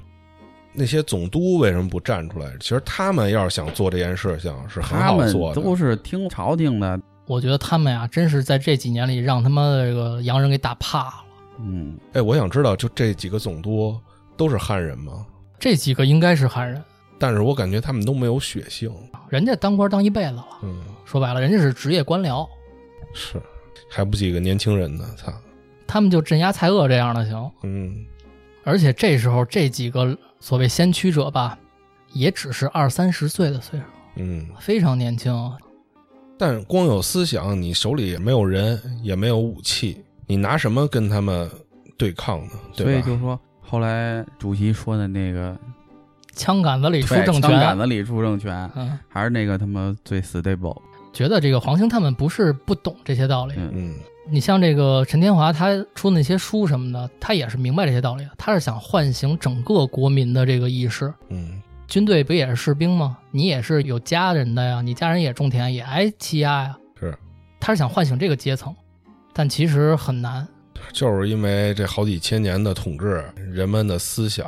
那些总督为什么不站出来？其实他们要是想做这件事情，是很
他
好
们
做的。
都是听朝廷的，
我觉得他们呀，真是在这几年里让他们这个洋人给打怕了。
嗯，
哎，我想知道，就这几个总督都是汉人吗？
这几个应该是汉人，
但是我感觉他们都没有血性。
人家当官当一辈子了，
嗯，
说白了，人家是职业官僚，
是，还不几个年轻人呢，操，
他们就镇压蔡锷这样的行。
嗯，
而且这时候这几个所谓先驱者吧，也只是二三十岁的岁数，
嗯，
非常年轻。啊
但光有思想，你手里没有人，也没有武器，你拿什么跟他们对抗呢？
所以
对吧？
就说后来主席说的那个
枪杆子里出政
对枪杆
权，
子里出政权，
嗯，
还是那个他妈最 stable，
觉得这个黄兴他们不是不懂这些道理。
嗯
嗯，
你像这个陈天华，他出那些书什么的，他也是明白这些道理的，他是想唤醒整个国民的这个意识。
嗯，
军队不也是士兵吗？你也是有家人的呀，你家人也种田，也挨欺压呀。
是，
他是想唤醒这个阶层，但其实很难。
就是因为这好几千年的统治，人们的思想，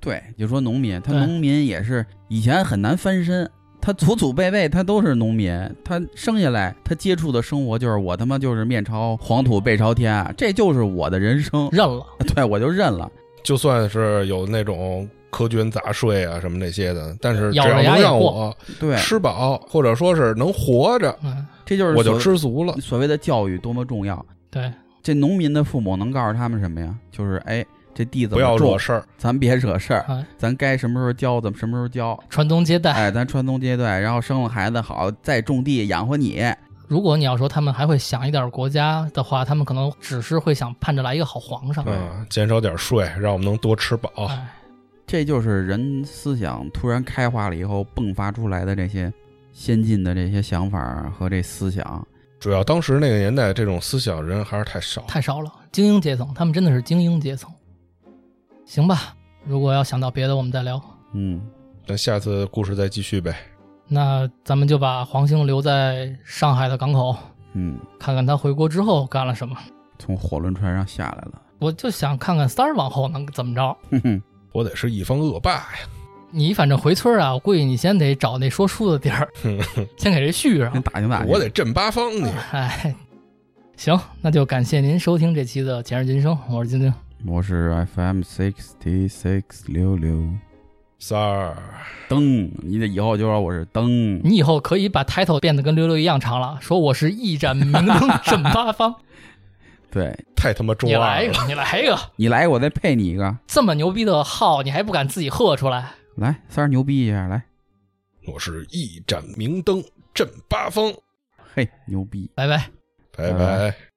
对，就说农民，他
对
农民也是以前很难翻身，他祖祖辈辈他都是农民，他生下来他接触的生活就是我他妈就是面朝黄土背朝天，啊这就是我的人生，
认了，
对我就认了。
就算是有那种苛捐杂税啊什么那些的，但是只
咬
要
着牙
能
也
让
过
我
对，
吃饱，或者说是能活着，
嗯，
这就是
我就
所
知足了。
所谓的教育多么重要。
对，
这农民的父母能告诉他们什么呀？就是哎，这地怎
不要
么
惹
种，
事儿。
咱别惹事儿，
哎，
咱该什么时候浇，咱们什么时候浇。
传宗接代。
哎，咱传宗接代，然后生了孩子好，再种地养活你。
如果你要说他们还会想一点国家的话，他们可能只是会想盼着来一个好皇上。
嗯
啊，减少点税，让我们能多吃饱。
哎，
这就是人思想突然开化了以后迸发出来的这些先进的这些想法和这思想。
主要当时那个年代，这种思想人还是太少。
太少了，精英阶层，他们真的是精英阶层。行吧，如果要想到别的，我们再聊。
嗯，
那下次故事再继续呗。
那咱们就把黄兴留在上海的港口，
嗯，
看看他回国之后干了什么。
从火轮船上下来了。
我就想看看三儿往后能怎么着。
哼哼，
我得是一方恶霸呀！
你反正回村啊，我估计你先得找那说书的地儿，先给这续
先
上。
打听打听。
我得镇八方去。
嗯
哎，行，那就感谢您收听这期的《前世今生》，我是晶晶。
我是 FM sixty six 六六。
三儿，
噔，你得以后就说我是噔。
你以后可以把 title 变得跟溜溜一样长了，说我是一盏明灯镇八方，
对
太他妈中
你来
二
一个，
了！
你来一个，
你来，我再配你一个。
这么牛逼的号你还不敢自己喝出来？
来，三儿牛逼一下，来，
我是一盏明灯镇八方。
嘿，牛逼。
拜拜。
拜
拜
拜。